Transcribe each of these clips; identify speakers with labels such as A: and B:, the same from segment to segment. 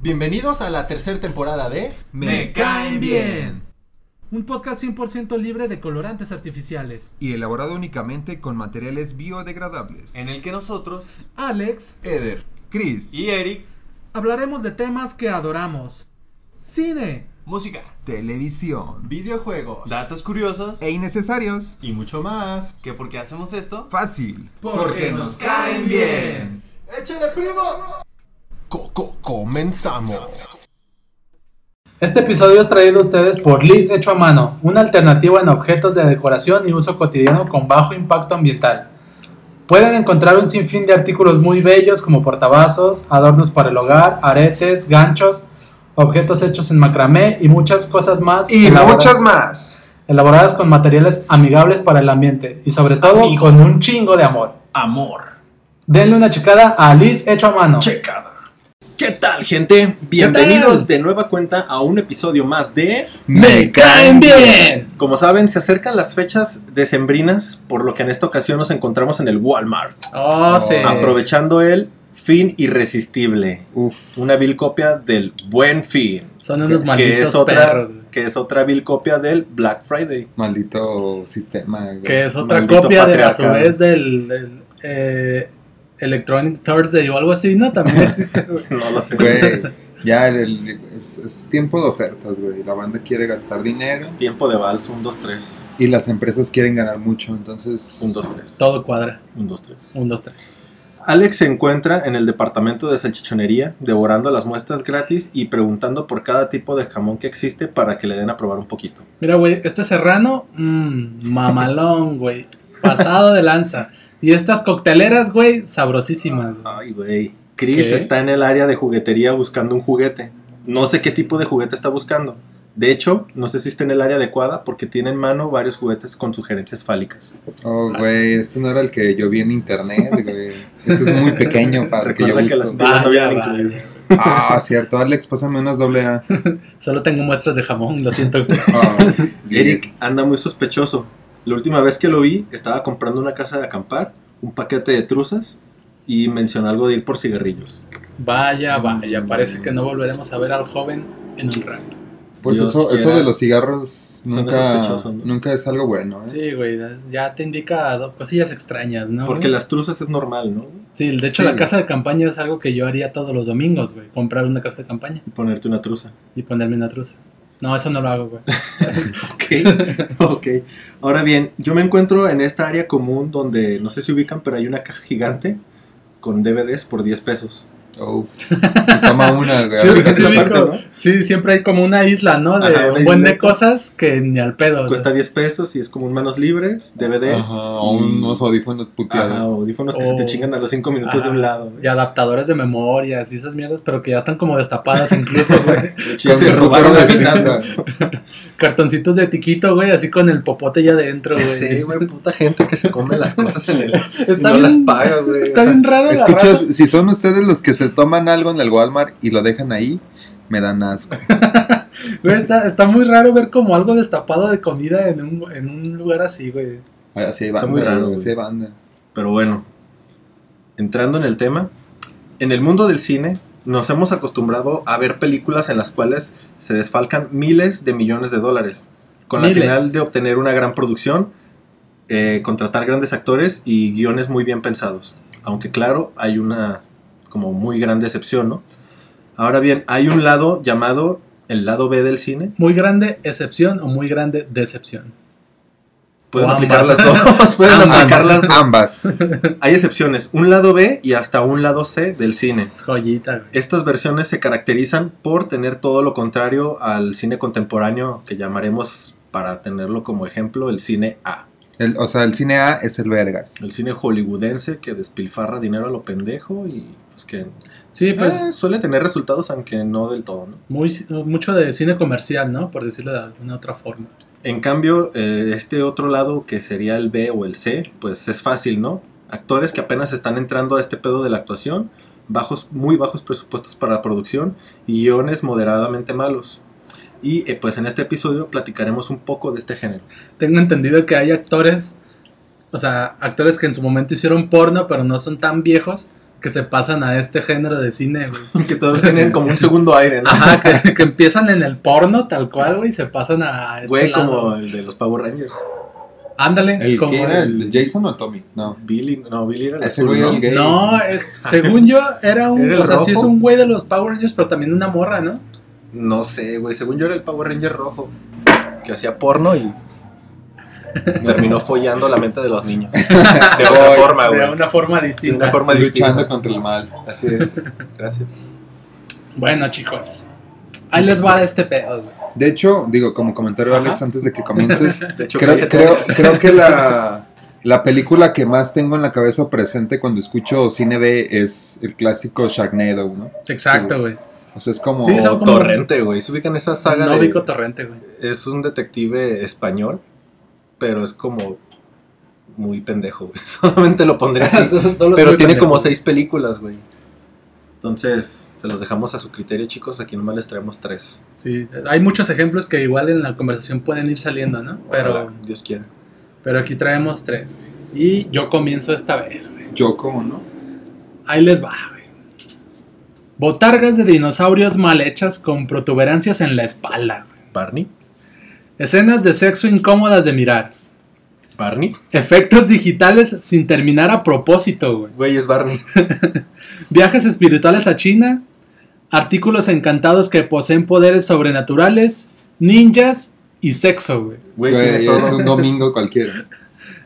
A: Bienvenidos a la tercera temporada de
B: Me caen bien. Un podcast 100% libre de colorantes artificiales.
C: y elaborado únicamente con materiales biodegradables.
D: en el que nosotros
B: Alex,
A: Eder.
C: Chris,
D: y Eric,
B: hablaremos de temas que adoramos. Cine,
D: música,
C: televisión
A: Videojuegos.
D: datos curiosos
C: e innecesarios.
A: Y mucho más.
D: que por qué hacemos esto.
C: Fácil.
A: Porque nos caen bien. ¡Échale, primo! comenzamos.
E: Este episodio es traído a ustedes por Liz Hecho a Mano, una alternativa en objetos de decoración y uso cotidiano con bajo impacto ambiental. Pueden encontrar un sinfín de artículos muy bellos como portavasos, adornos para el hogar, aretes, ganchos, objetos hechos en macramé y muchas cosas más elabora-
C: más.
E: elaboradas con materiales amigables para el ambiente y sobre todo con un chingo de amor.
F: amor.
E: Denle una checada a Liz Hecho a Mano.
F: Checada.
A: ¿Qué tal, gente? Bienvenidos de nueva cuenta a un episodio más de.
F: Me caen bien.
A: Como saben, se acercan las fechas decembrinas, por lo que en esta ocasión nos encontramos en el Walmart.
E: Oh,
G: Eh.
E: sí.
A: Ah, Aprovechando el fin irresistible. Una vil copia del Buen Fin.
G: Son unos
A: que
G: malditos
A: es otra
G: perros, güey.
A: que es otra vil copia del Black Friday.
C: Maldito sistema. güey.
G: Que es otra
A: Maldito
G: copia de a su
A: patriarcado.
G: vez del, del, eh, Electronic Thursday o algo así, ¿no? También existe, güey.
A: No lo sé.
C: Güey, ya el- el- es, es tiempo de ofertas, güey. La banda quiere gastar dinero
A: Es tiempo de vals 1 2 3,
C: y las empresas quieren ganar mucho, entonces...
A: 1 2 3,
G: Todo cuadra.
A: 1 2 3.
G: Un, dos, tres.
A: Alex se encuentra en el departamento de salchichonería devorando las muestras gratis y preguntando por cada tipo de jamón que existe para que le den a probar un poquito.
G: Mira, güey, este serrano, mmm, mamalón, güey. Pasado de lanza. Y estas cocteleras, güey, sabrosísimas. güey.
A: Ay, güey. Chris
G: ¿Qué?
A: está en el área de juguetería buscando un juguete. No sé qué tipo de juguete está buscando. De hecho, no sé si está en el área adecuada porque tiene en mano varios juguetes con sugerencias fálicas.
C: Oh, güey, este no era el que yo vi en internet, güey. Este es muy pequeño para que yo
A: Recuerda que, las
C: busco.
A: pilas no
G: Vaya,
A: vienen
G: vaya.
A: incluidas.
C: Ah, cierto. Alex, pásame unas doble A.
G: Solo tengo muestras de jamón, lo siento. güey.
C: Ah,
A: Eric anda muy sospechoso. La última vez que lo vi, estaba comprando una casa de acampar, un paquete de truzas y mencionó algo de ir por cigarrillos.
G: Vaya,
A: Mm.
G: vaya, parece que no volveremos a ver al joven en un rato.
C: Pues
A: Dios
C: eso, eso
A: quiera.
C: de los cigarros
A: Suena
C: nunca,
A: sospechoso, ¿no?
C: nunca es algo bueno. ¿eh?
G: Sí, güey, ya te indica do- cosillas extrañas, ¿no?
A: Porque
G: güey?
A: las truzas es normal, ¿no?
G: Sí, de hecho
C: Sí,
G: la
C: güey.
G: casa de campaña es algo que yo haría todos los domingos, güey. Comprar una casa de campaña
A: Y ponerte una truza.
G: y ponerme una truza. No, eso no lo hago, güey.
A: Ok, ok. Ahora bien, yo me encuentro en esta área común donde no sé si ubican, pero hay una caja gigante con DVDs por 10 pesos.
C: Oh, se toma una, güey.
G: Sí,
A: ubicas
G: sí,
A: esa
G: ubico.
A: parte,
G: Sí, siempre hay como una isla, ¿no? De
A: Ajá, una
G: un buen
A: isla.
G: de cosas que ni al pedo. o sea.
A: Cuesta 10 pesos y es como un manos libres, DVDs.
C: Ajá, o unos audífonos puteados.
A: Ajá, audífonos que se te
G: O-
A: chingan a los 5 minutos de
G: Ajá.
A: un lado. güey.
G: Y adaptadores de memorias y esas mierdas, pero que ya están como destapadas incluso, güey.
A: Sí, se
C: tu
A: robaron
C: perro
A: la
C: de
A: mitad.
C: cinta.
G: Cartoncitos de tiquito, güey, así con el popote ya adentro, güey.
A: Sí, güey, puta gente que se come las cosas en el.
G: Está
A: y no
G: bien,
A: las paga, güey.
G: Está bien raro la
C: Escuchas,
G: raza.
C: si son ustedes los que se toman algo en el Walmart y lo dejan ahí, me dan asco.
G: Güey, está, está muy raro ver como algo destapado de comida en un, en un lugar así, güey.
C: Ay, Así hay
A: Está
C: banda,
A: muy raro,
C: güey,
A: güey.
C: así hay banda.
A: Pero bueno, entrando en el tema, en el mundo del cine nos hemos acostumbrado a ver películas en las cuales se desfalcan miles de millones de dólares, con la
G: Miles.
A: final de obtener una gran producción, eh, contratar grandes actores y guiones muy bien pensados. Aunque claro, hay una como muy gran decepción, ¿no? Ahora bien, hay un lado llamado el lado B del cine.
G: Muy grande excepción o muy grande decepción.
A: Pueden
G: O
A: aplicar
G: ambas.
A: las dos. Pueden
G: Ambas.
A: aplicar las dos.
C: Ambas.
A: Hay excepciones, un lado B y hasta un lado C del cine.
G: Joyita, güey.
A: Estas versiones se caracterizan por tener todo lo contrario al cine contemporáneo que llamaremos para tenerlo como ejemplo el cine A,
C: El- o sea, el cine A es el vergas.
A: el cine hollywoodense que despilfarra dinero a lo pendejo y pues que
G: Sí,
A: eh,
G: pues
A: suele tener resultados aunque no del todo, ¿no?
G: muy, mucho de cine comercial, ¿no? Por decirlo de alguna otra forma.
A: En cambio, eh, este otro lado que sería el B o el C, pues es fácil, ¿no? Actores que apenas están entrando a este pedo de la actuación, bajos, muy bajos presupuestos para producción y guiones moderadamente malos. Y eh, pues en este episodio platicaremos un poco de este género.
G: Tengo entendido que hay actores, o sea, actores que en su momento hicieron porno, pero no son tan viejos que se pasan a este género de cine, güey.
A: Que todos tienen como un segundo aire, ¿no?
G: Ajá, que, que empiezan en el porno tal cual, güey, y se pasan a este
A: Güey,
G: lado.
A: como el de los Power Rangers.
G: Ándale,
C: ¿El
G: como
C: que era?
G: el-
C: ¿El Jason o Tommy? No.
A: Billy, no, Billy era el
C: Ese
A: azul,
C: güey
A: ¿no?
C: era el gay.
G: No, es, según yo era un,
A: ¿Era el
G: o sea, sí es
A: rojo?
G: un güey de los Power Rangers, pero también una morra, ¿no?
A: No sé, güey. Según yo era el Power Ranger rojo. Que hacía porno y. Terminó follando la mente de los niños. De otra forma,
G: De
A: güey.
G: una forma
A: De
G: distinta.
A: una forma
C: Luchando
A: distinta.
C: contra el mal.
A: Así es. Gracias.
G: Bueno, chicos. Ahí les va este pedo, güey.
C: De hecho, digo, como comentario,
G: Ajá.
C: Alex, antes de que comiences,
A: De hecho,
C: creo,
A: cállate.
C: creo, creo que la, la película que más tengo en la cabeza o presente cuando escucho cine B es el clásico Sharknado, ¿no?
G: Exacto, güey.
C: O sea, es como...
G: Sí, son
A: O
G: como-
A: Torrente, güey. Se ubican esa saga
G: No
A: de.
G: ubico torrente, güey.
A: Es un detective español. Pero es como. Muy pendejo, güey. Solamente lo pondré así.
G: Solo- solo
A: Pero
G: soy
A: tiene
G: pendejo.
A: como seis películas, güey. Entonces, se los dejamos a su criterio, chicos. Aquí nomás les traemos tres.
G: Sí, hay muchos ejemplos que igual en la conversación pueden ir saliendo, ¿no? Pero,
A: Ojalá, Dios quiera.
G: pero aquí traemos tres. güey. Y yo comienzo esta vez, güey.
C: Yoko, ¿no?
G: Ahí les va, güey. Botargas de dinosaurios mal hechas con protuberancias en la espalda. güey.
A: Barney.
G: Escenas de sexo incómodas de mirar.
A: Barney.
G: Efectos digitales sin terminar a propósito, güey.
A: Güey, es Barney.
G: Viajes espirituales a China. Artículos encantados que poseen poderes sobrenaturales. Ninjas y sexo, güey.
A: Güey,
C: Güey,
A: tiene
C: es
A: todo.
C: un domingo cualquiera.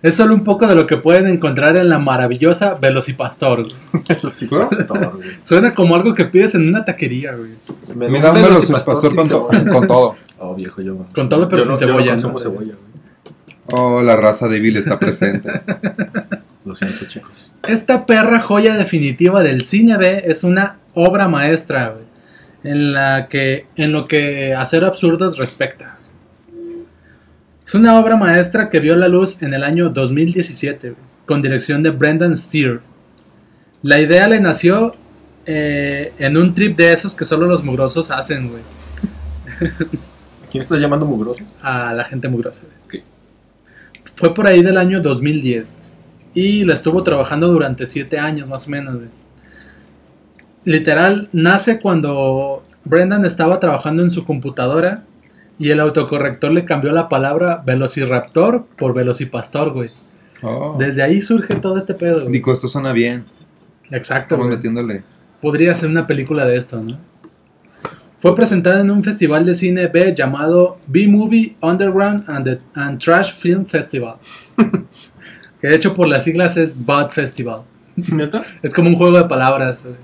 G: Es solo un poco de lo que pueden encontrar en la maravillosa Velocipastor. güey.
A: Velocipastor, güey.
G: Suena como algo que pides en una taquería, güey.
C: Me da un velocipastor
A: sin
C: con, to-
A: cebolla.
C: con todo.
A: Oh, viejo, yo.
G: Con todo, pero
A: yo no-
G: sin
A: yo no
G: cebolla,
A: consumo
G: ¿no?
A: cebolla, güey.
C: Oh, la raza débil está presente.
A: Lo siento, chicos.
G: Esta perra joya definitiva del cine B es una obra maestra, güey, En la que. en lo que hacer absurdos respecta. Es una obra maestra que vio la luz en el año 2017, güey, con dirección de Brendan Steer. La idea le nació eh, en un trip de esos que solo los mugrosos hacen, güey.
A: ¿A quién estás llamando mugroso?
G: a la gente mugrosa. güey.
A: Ok.
G: Fue por ahí del año 2010 güey, y la estuvo trabajando durante 7 años más o menos. güey. Literal, nace cuando Brendan estaba trabajando en su computadora y el autocorrector le cambió la palabra velociraptor por velocipastor, güey.
C: Oh.
G: Desde ahí surge todo este pedo, güey.
C: Digo, esto suena bien.
G: Exacto,
C: Estamos
G: güey.
C: metiéndole.
G: Podría ser una película de esto, ¿no? Fue presentada en un festival de cine B llamado B-Movie Underground and, the- and Trash Film Festival. que de hecho por las siglas es BUD Festival.
A: ¿Neta?
G: Es como un juego de palabras. güey.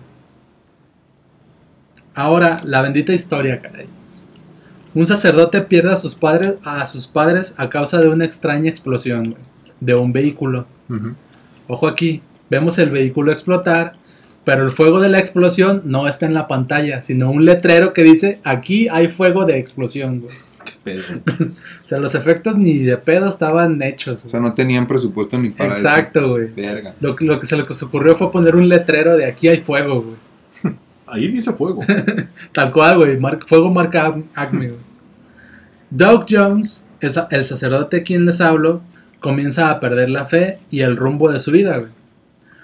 G: Ahora, la bendita historia, caray. Un sacerdote pierde a sus padres, a sus padres a causa de una extraña explosión güey, de un vehículo. Ojo aquí, vemos el vehículo explotar, pero el fuego de la explosión no está en la pantalla, sino un letrero que dice, aquí hay fuego de explosión, güey. O sea, los efectos ni de pedo estaban hechos,
C: O
G: güey.
C: sea, no tenían presupuesto ni para
G: Exacto, güey.
C: eso. Verga.
G: Lo, que- lo que se le ocurrió fue poner un letrero de aquí hay fuego, güey.
A: Ahí dice fuego.
G: Tal cual, güey. mar- fuego marca Ac- Acme, güey. Doug Jones, es- el sacerdote a quien les hablo, comienza a perder la fe y el rumbo de su vida, güey.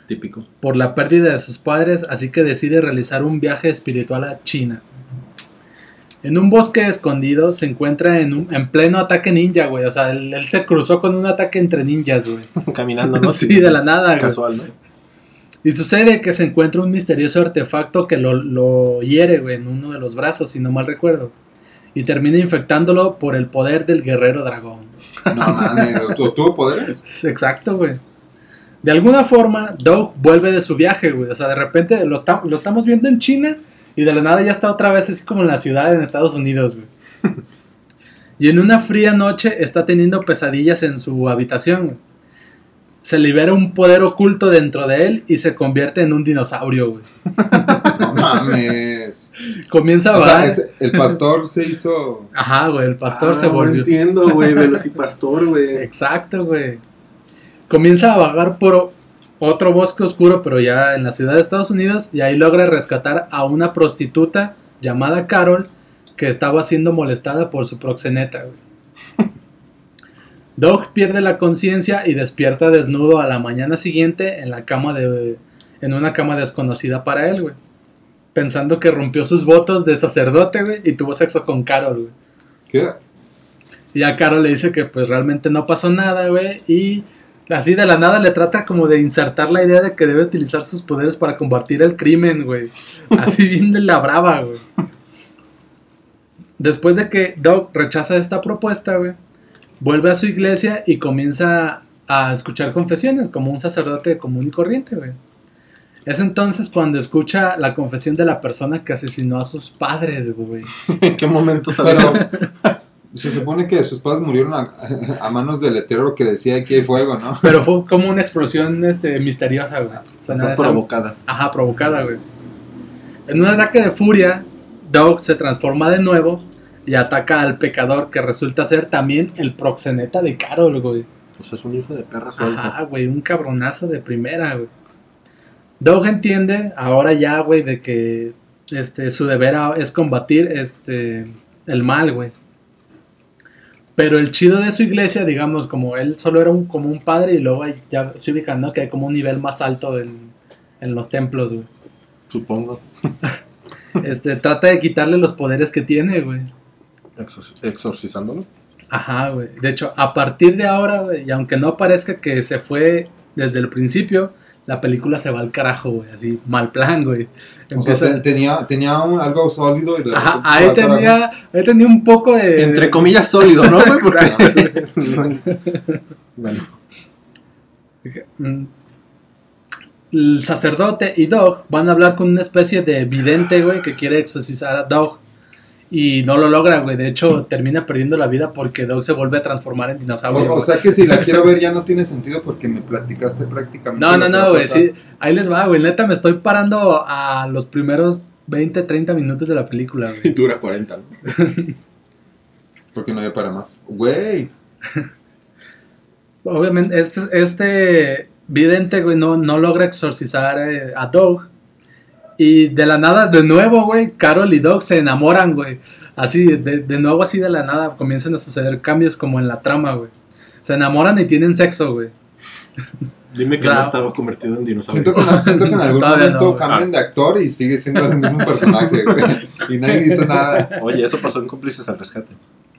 A: Típico.
G: por la pérdida de sus padres, así que decide realizar un viaje espiritual a China. En un bosque escondido se encuentra en, un- en pleno ataque ninja, güey. O sea, él, él se cruzó con un ataque entre ninjas, güey.
A: Caminando, Ah, ¿no?
G: Sí, de la nada, güey.
A: Casual, ¿no?
G: Y sucede que se encuentra un misterioso artefacto que lo, lo hiere, güey, en uno de los brazos, si no mal recuerdo. Y termina infectándolo por el poder del guerrero dragón.
C: No mames, ¿tú- ¿tuvo poderes?
G: Exacto, güey. De alguna forma, Doug vuelve de su viaje, güey. O sea, de repente lo, esta- lo estamos viendo en China y de la nada ya está otra vez así como en la ciudad en Estados Unidos, güey. y en una fría noche está teniendo pesadillas en su habitación, güey. Se libera un poder oculto dentro de él y se convierte en un dinosaurio, güey.
C: No mames.
G: Comienza a
C: O sea,
G: vagar-
C: es- el pastor se hizo.
G: Ajá, güey, el pastor se
A: Ah, No
G: volvió.
A: entiendo, güey. Velocipastor, güey.
G: Exacto, güey. Comienza a vagar por o- otro bosque oscuro, pero ya en la ciudad de Estados Unidos, y ahí logra rescatar a una prostituta llamada Carol, que que estaba siendo molestada por su proxeneta. güey. Doug pierde la conciencia y despierta desnudo a la mañana siguiente en la cama de en una cama desconocida para él, güey. Pensando que rompió sus votos de sacerdote, güey, y tuvo sexo con Carol, güey.
C: ¿Qué?
G: Y a Carol le dice que pues realmente no pasó nada, güey. Y así de la nada le trata como de insertar la idea de que debe utilizar sus poderes para combatir el crimen, güey. Así bien de la brava, güey. Después de que Doug rechaza esta propuesta, güey, vuelve a su iglesia y comienza a escuchar confesiones como un sacerdote común y corriente, güey. Es entonces cuando escucha la confesión de la persona que asesinó a sus padres, güey.
A: ¿En qué momento salió?
C: Pero se supone que sus padres murieron a, a manos del letrero que decía aquí hay fuego, ¿no?
G: Pero fue como una explosión este, misteriosa, güey. O sea, nada
A: Está
G: es algo-
A: provocada.
G: Ajá, provocada, güey. En un ataque de furia, Doug se transforma de nuevo y ataca al pecador que resulta ser también el proxeneta de Carol, güey.
A: O sea, es un hijo de perra suelto.
G: Ajá, güey, un cabronazo de primera, güey. Doug entiende ahora ya, güey, de que este, su deber a- es combatir este, el mal, güey. Pero el chido de su iglesia, digamos, como él solo era un, como un padre y luego ahí ya se ubican, ¿no? Que hay como un nivel más alto en, en los templos, güey.
A: Supongo.
G: Este, trata de quitarle los poderes que tiene, güey.
A: Exor- exorcizándolo.
G: Ajá, güey. De hecho, a partir de ahora, güey, y aunque no parezca que se fue desde el principio, la película se va al carajo, güey. Así, mal plan, güey.
C: O sea,
G: Empieza.
C: te- tenía, tenía un- algo sólido y de
G: Ajá,
C: repente se
G: ahí
C: va para-
G: tenía, ahí tenía un poco de.
A: Entre comillas sólido, ¿no? güey? Porque- bueno,
G: Mm. El sacerdote y Dog van a hablar con una especie de vidente, güey, que quiere exorcizar a Dog. Y no lo logra, güey. De hecho, termina perdiendo la vida porque Dog se vuelve a transformar en dinosaurio.
C: O, o
G: güey.
C: sea que si la quiero ver ya no tiene sentido porque me platicaste prácticamente.
G: No,
C: lo
G: no,
C: que
G: no,
C: va a
G: güey,
C: pasar.
G: sí. Ahí les va, güey. Neta, me estoy parando a los primeros 20, 30 minutos de la película,
A: y
G: güey.
A: dura 40. ¿no?
C: Porque no había para más. Güey.
G: Obviamente, este, este vidente, güey, no, no logra exorcizar eh, a Doug. Y de la nada, de nuevo, güey, Carol y Doug se enamoran, güey. Así, de, de nuevo, así de la nada, comienzan a suceder cambios como en la trama, güey. Se enamoran y tienen sexo, güey.
A: Dime que
G: Claro.
A: no estaba convertido en dinosaurio.
C: Siento que, en- siento que en algún
G: Todavía no,
C: momento
G: güey.
C: cambian de actor y sigue siendo el mismo personaje, güey. Y nadie dice nada.
A: Oye, eso pasó en cómplices al rescate.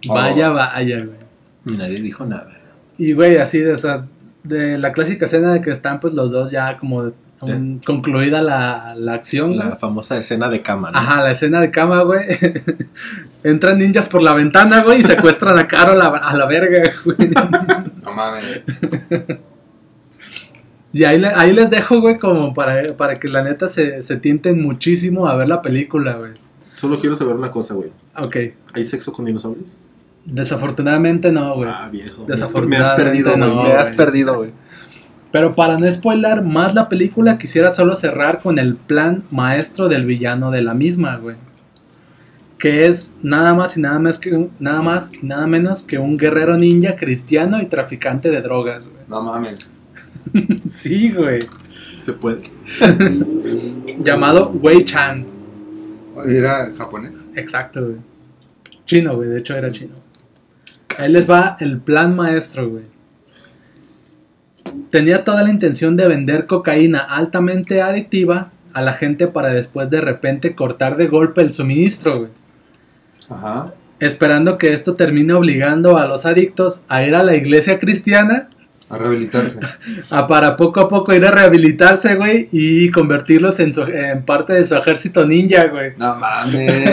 C: Oh.
G: Vaya, vaya, güey.
A: Y nadie dijo nada.
G: Y güey, así de esa, de la clásica escena de que están pues los dos ya como aún concluida la, la acción. güey.
A: La famosa escena de cama, ¿no?
G: Ajá, la escena de cama, güey. Entran ninjas por la ventana, güey, y secuestran a Carol a, a la verga, güey.
C: No mames.
G: Y ahí, le- ahí les dejo, güey, como para, para que la neta se, se tienten muchísimo a ver la película, güey.
A: Solo quiero saber una cosa, güey.
G: Ok,
A: ¿Hay sexo con dinosaurios?
G: desafortunadamente no, Oh, güey.
A: Ah, viejo. Me has
G: Desafortunadamente
A: perdido, güey.
G: no,
A: me has
G: güey.
A: perdido, güey.
G: Pero para no spoilar más la película, quisiera solo cerrar con el plan maestro del villano de la misma, güey. Que es nada más y nada más que un- nada más y nada menos que un guerrero ninja cristiano y traficante de drogas, güey.
C: No mames.
G: Sí, güey.
A: Se puede.
G: Llamado Wei Chan.
C: ¿Era japonés?
G: Exacto, güey. Chino, güey. De hecho, era chino. Ahí les va el plan maestro, güey. Tenía toda la intención de vender cocaína altamente adictiva a la gente para después de repente cortar de golpe el suministro, güey.
C: Ajá.
G: Esperando que esto termine obligando a los adictos a ir a la iglesia cristiana
C: A rehabilitarse.
G: a para poco a poco ir a rehabilitarse, güey, y convertirlos en, su- en parte de su ejército ninja, güey.
C: No
A: Güey,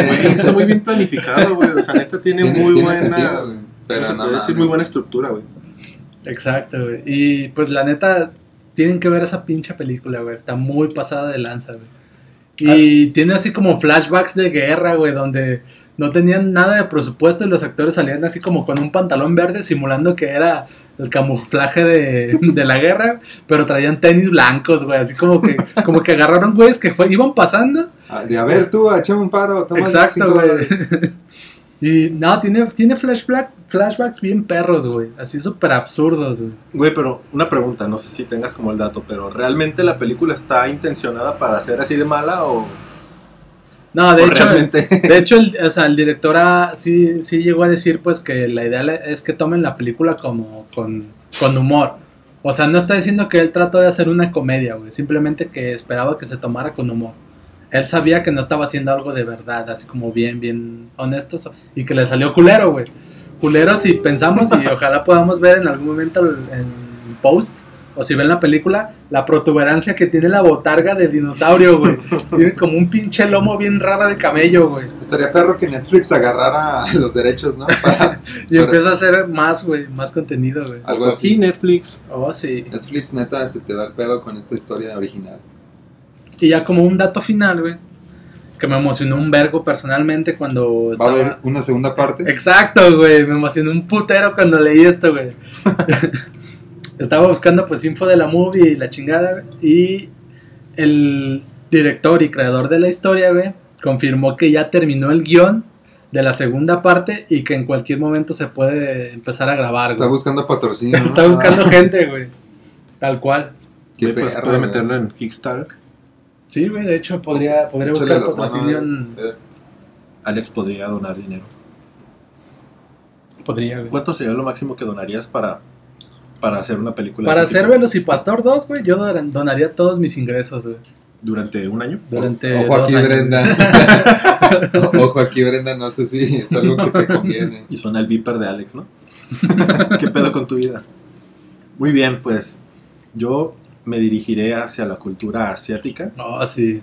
C: mames.
A: está muy bien planificado, güey. O sea, neta tiene, muy buena.
C: sentido, güey.
A: Pero
C: Pero
A: se
C: no
A: puede
C: mames.
A: decir muy buena estructura, güey.
G: Exacto, güey. Y pues la neta, tienen que ver esa pinche película, güey. Está muy pasada de lanza, güey. Y tiene así como flashbacks de guerra, güey, donde no tenían nada de presupuesto y los actores salían así como con un pantalón verde simulando que era el camuflaje de, de la guerra, pero traían tenis blancos, güey, así como que como que agarraron güeyes que fue- iban pasando
C: Ah, De a ver tú, échame un paro. Toma
G: Exacto,
C: cinco
G: güey.
C: dólares.
G: y no, tiene, tiene flashback, flashbacks bien perros, güey, así súper absurdos, güey.
A: Güey, pero una pregunta, no sé si tengas como el dato, pero ¿realmente la película está intencionada para ser así de mala o
G: No, Ah, de
F: O
G: hecho,
F: realmente.
G: de hecho el, o sea, el director ah, sí, sí llegó a decir pues que la idea le- es que tomen la película como con, con humor. O sea, no está diciendo que él trató de hacer una comedia, güey. Simplemente que esperaba que se tomara con humor. Él sabía que no estaba haciendo algo de verdad, así como bien, bien honestos. Y que le salió culero, güey. Culero si pensamos y ojalá podamos ver en algún momento el- en post o si ven la película, la protuberancia que tiene la botarga de dinosaurio, güey. Tiene como un pinche lomo bien raro de camello, güey.
C: Estaría perro que Netflix agarrara los derechos, ¿no? Para
G: Y
C: Pero-
G: empieza a hacer más, güey, más contenido, güey.
C: algo
A: Sí,
C: así.
A: Netflix.
G: Oh, sí.
C: Netflix, neta, se te va el pedo con esta historia original.
G: Y ya como un dato final, güey, que me emocionó un vergo personalmente cuando
C: ¿Va a
G: estaba...
C: haber una segunda parte?
G: Exacto, güey. Me emocionó un putero cuando leí esto, güey. Estaba buscando, pues, info de la movie y la chingada, güey, Y el director y creador de la historia, güey, confirmó que ya terminó el guión de la segunda parte y que en cualquier momento se puede empezar a grabar,
C: Está
G: güey.
C: buscando patrocinio. ¿no? Ah,
G: Está buscando gente, güey. Tal cual.
C: Qué
A: Güey, pues,
C: perro,
A: puede
C: güey.
A: meterlo en Kickstarter.
G: Sí, güey, de hecho podría, podría buscar
C: Échale las manos,
G: patrocinio en-
C: güey. Eh,
A: Alex podría donar dinero.
G: Podría, güey.
A: ¿Cuánto sería lo máximo que donarías para, para hacer una película?
G: Para
A: de ese
G: hacer
A: tipo
G: Velos y Pastor 2, güey, yo donar- donaría todos mis ingresos, güey.
A: Durante un año.
G: Durante
C: Ojo
G: dos
C: aquí,
G: años.
C: Brenda. Ojo aquí, Brenda. No sé si es algo que te conviene.
A: Y suena el viper de Alex, ¿no? ¿Qué pedo con tu vida? Muy bien, pues yo me dirigiré hacia la cultura asiática
G: Oh, sí.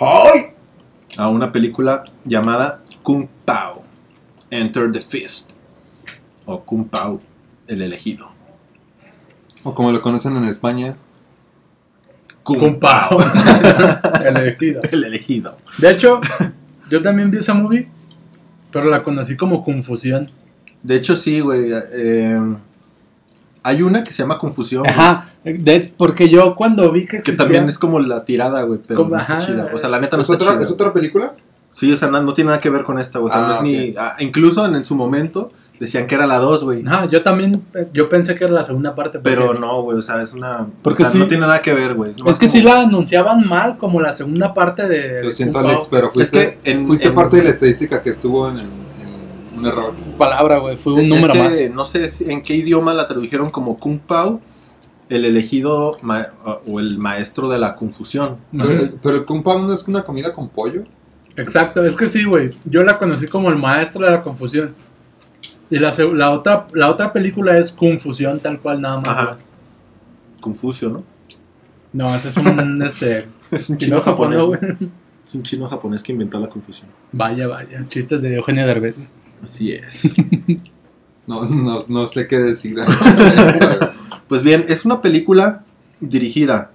C: ¡Ay!
A: a una película llamada Kung Pao, Enter the Fist, o Kung Pao, el elegido.
C: O como lo conocen en España.
A: Kung Uh.
G: Kung Pao.
A: Pao,
G: El elegido.
A: el elegido.
G: De hecho, yo también vi esa movie, pero la conocí como Confusión.
A: De hecho, sí, güey. eh, hay una que se llama Confusión. güey,
G: Ajá. de- porque yo cuando vi que
A: Que
G: existía...
A: también es como la tirada, güey, pero
G: Como-
A: no está
G: ajá.
A: chida. O sea, la neta no
C: ¿Es
A: está
C: otra,
A: chida.
C: ¿Es otra película?
A: Sí, o sea, no, no tiene nada que ver con esta, güey. O sea,
C: Ah,
A: no es ni. ah, incluso en, en su momento decían que era la 2, güey.
G: Ajá, yo también, eh, yo pensé que era la segunda parte. porque-
A: Pero no, güey. O sea, es una.
G: Porque
A: o sea, no
G: sí.
A: tiene nada que ver, güey.
G: Es
A: nomás
G: que
A: como-
G: sí la anunciaban mal como la segunda parte de...
C: Lo siento,
G: Kung Pao.
C: Alex, pero
A: Es
C: fuiste,
A: que en,
C: fuiste
A: en-
C: parte de la estadística que estuvo en, en un error.
G: Palabra, güey, fue un
A: es
G: número
A: que
G: más.
A: No sé si- en qué idioma la tradujeron como Kung Pao, el elegido ma- o el maestro de la confusión.
G: Ajá.
C: Pero, pero el Kung Pao no es una comida con pollo.
G: Exacto, es que sí, güey. Yo la conocí como el maestro de la confusión. Y la, seg- la otra, la otra película es Confusión, tal cual, nada más.
A: Ajá.
G: güey.
A: Confucio, ¿no?
G: No, ese es un este
A: Es un chino
G: filósofo,
A: japonés.
G: ¿no,
A: güey.
G: güey?
A: Es un chino japonés que inventó la confusión.
G: Vaya, vaya. Chistes de Eugenio Derbez. güey.
A: Así es.
C: No, no, no sé qué decir.
A: Pues bien, es una película dirigida,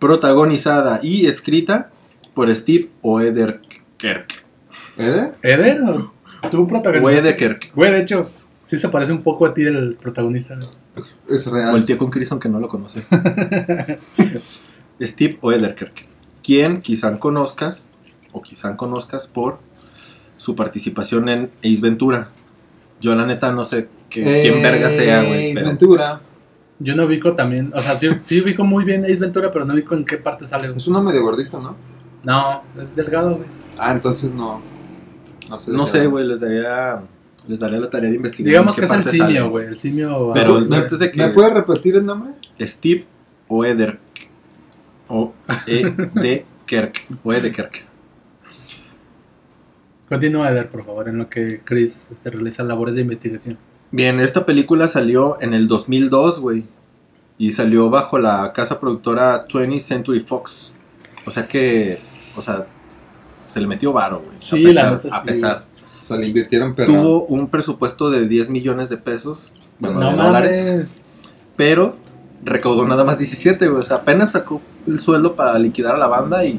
A: protagonizada y escrita por Steve Oederkerk.
C: ¿Eh?
G: ¿Eder? o- ¿Tú protagonista?
A: Oederkerk.
G: Güey, de hecho, sí se parece un poco a ti el protagonista. güey.
C: Es
A: O el
C: real.
A: tío con Chris, aunque no lo conoce. Steve Oederkerk. Quien quizá conozcas, o quizá conozcas por su participación en Ace Ventura. Yo la neta no sé que- quién verga sea, güey.
C: Eh, Ace
A: pero-
C: Ventura.
G: Yo no ubico también, o sea, sí, sí ubico muy bien Ace Ventura, pero no ubico en qué parte sale. güey.
C: Es uno medio gordito, ¿no?
G: No, es delgado, güey.
C: Ah, entonces no. No sé. de
A: No
C: qué
A: sé,
C: hablan.
A: güey, les daría, les daría la tarea de investigar.
G: Digamos
A: en
G: que
A: qué
G: es el
A: parte sale.
G: simio, güey. El simio.
A: Pero
G: ah,
A: el
C: ¿Me,
A: chiste es de que-
C: ¿Me puedes repetir el nombre?
A: Steve Oeder. O E de Kerk. Oedekerk.
G: Continúa, Eder, por favor, en lo que Chris este, realiza labores de investigación.
A: Bien, esta película salió en el 2002, güey. Y salió bajo la casa productora 20th Century Fox. O sea que, o sea, se le metió varo, güey.
G: Sí,
A: a
G: la
A: pesar,
G: neta
A: a
G: sí.
A: pesar.
C: O sea, le invirtieron perro.
A: Tuvo un presupuesto de 10 millones de pesos, bueno,
G: no
A: de
G: mames.
A: dólares, pero recaudó nada más 17, güey. O sea, apenas sacó el sueldo para liquidar a la banda y,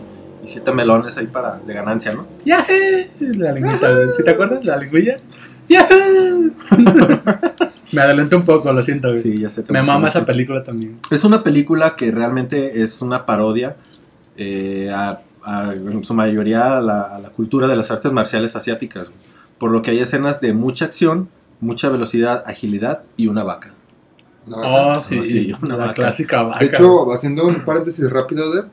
A: y 7 melones ahí para de ganancia, ¿no?
G: ¡Yahé! La lengüita, güey. ¿Sí te acuerdas? La lengüilla. ¡Yahé! Me adelanto un poco, lo siento, güey.
A: Sí, ya sé. te
G: Me mama esa
A: emocionaste.
G: película también.
A: Es una película que realmente es una parodia eh, a, a- en su mayoría a la, a la cultura de las artes marciales asiáticas, güey. por lo que hay escenas de mucha acción, mucha velocidad, agilidad y una vaca.
C: La vaca.
G: Oh, sí,
A: Ah, sí, una
G: la
A: vaca.
G: clásica vaca.
C: de hecho, haciendo un paréntesis rápido, de,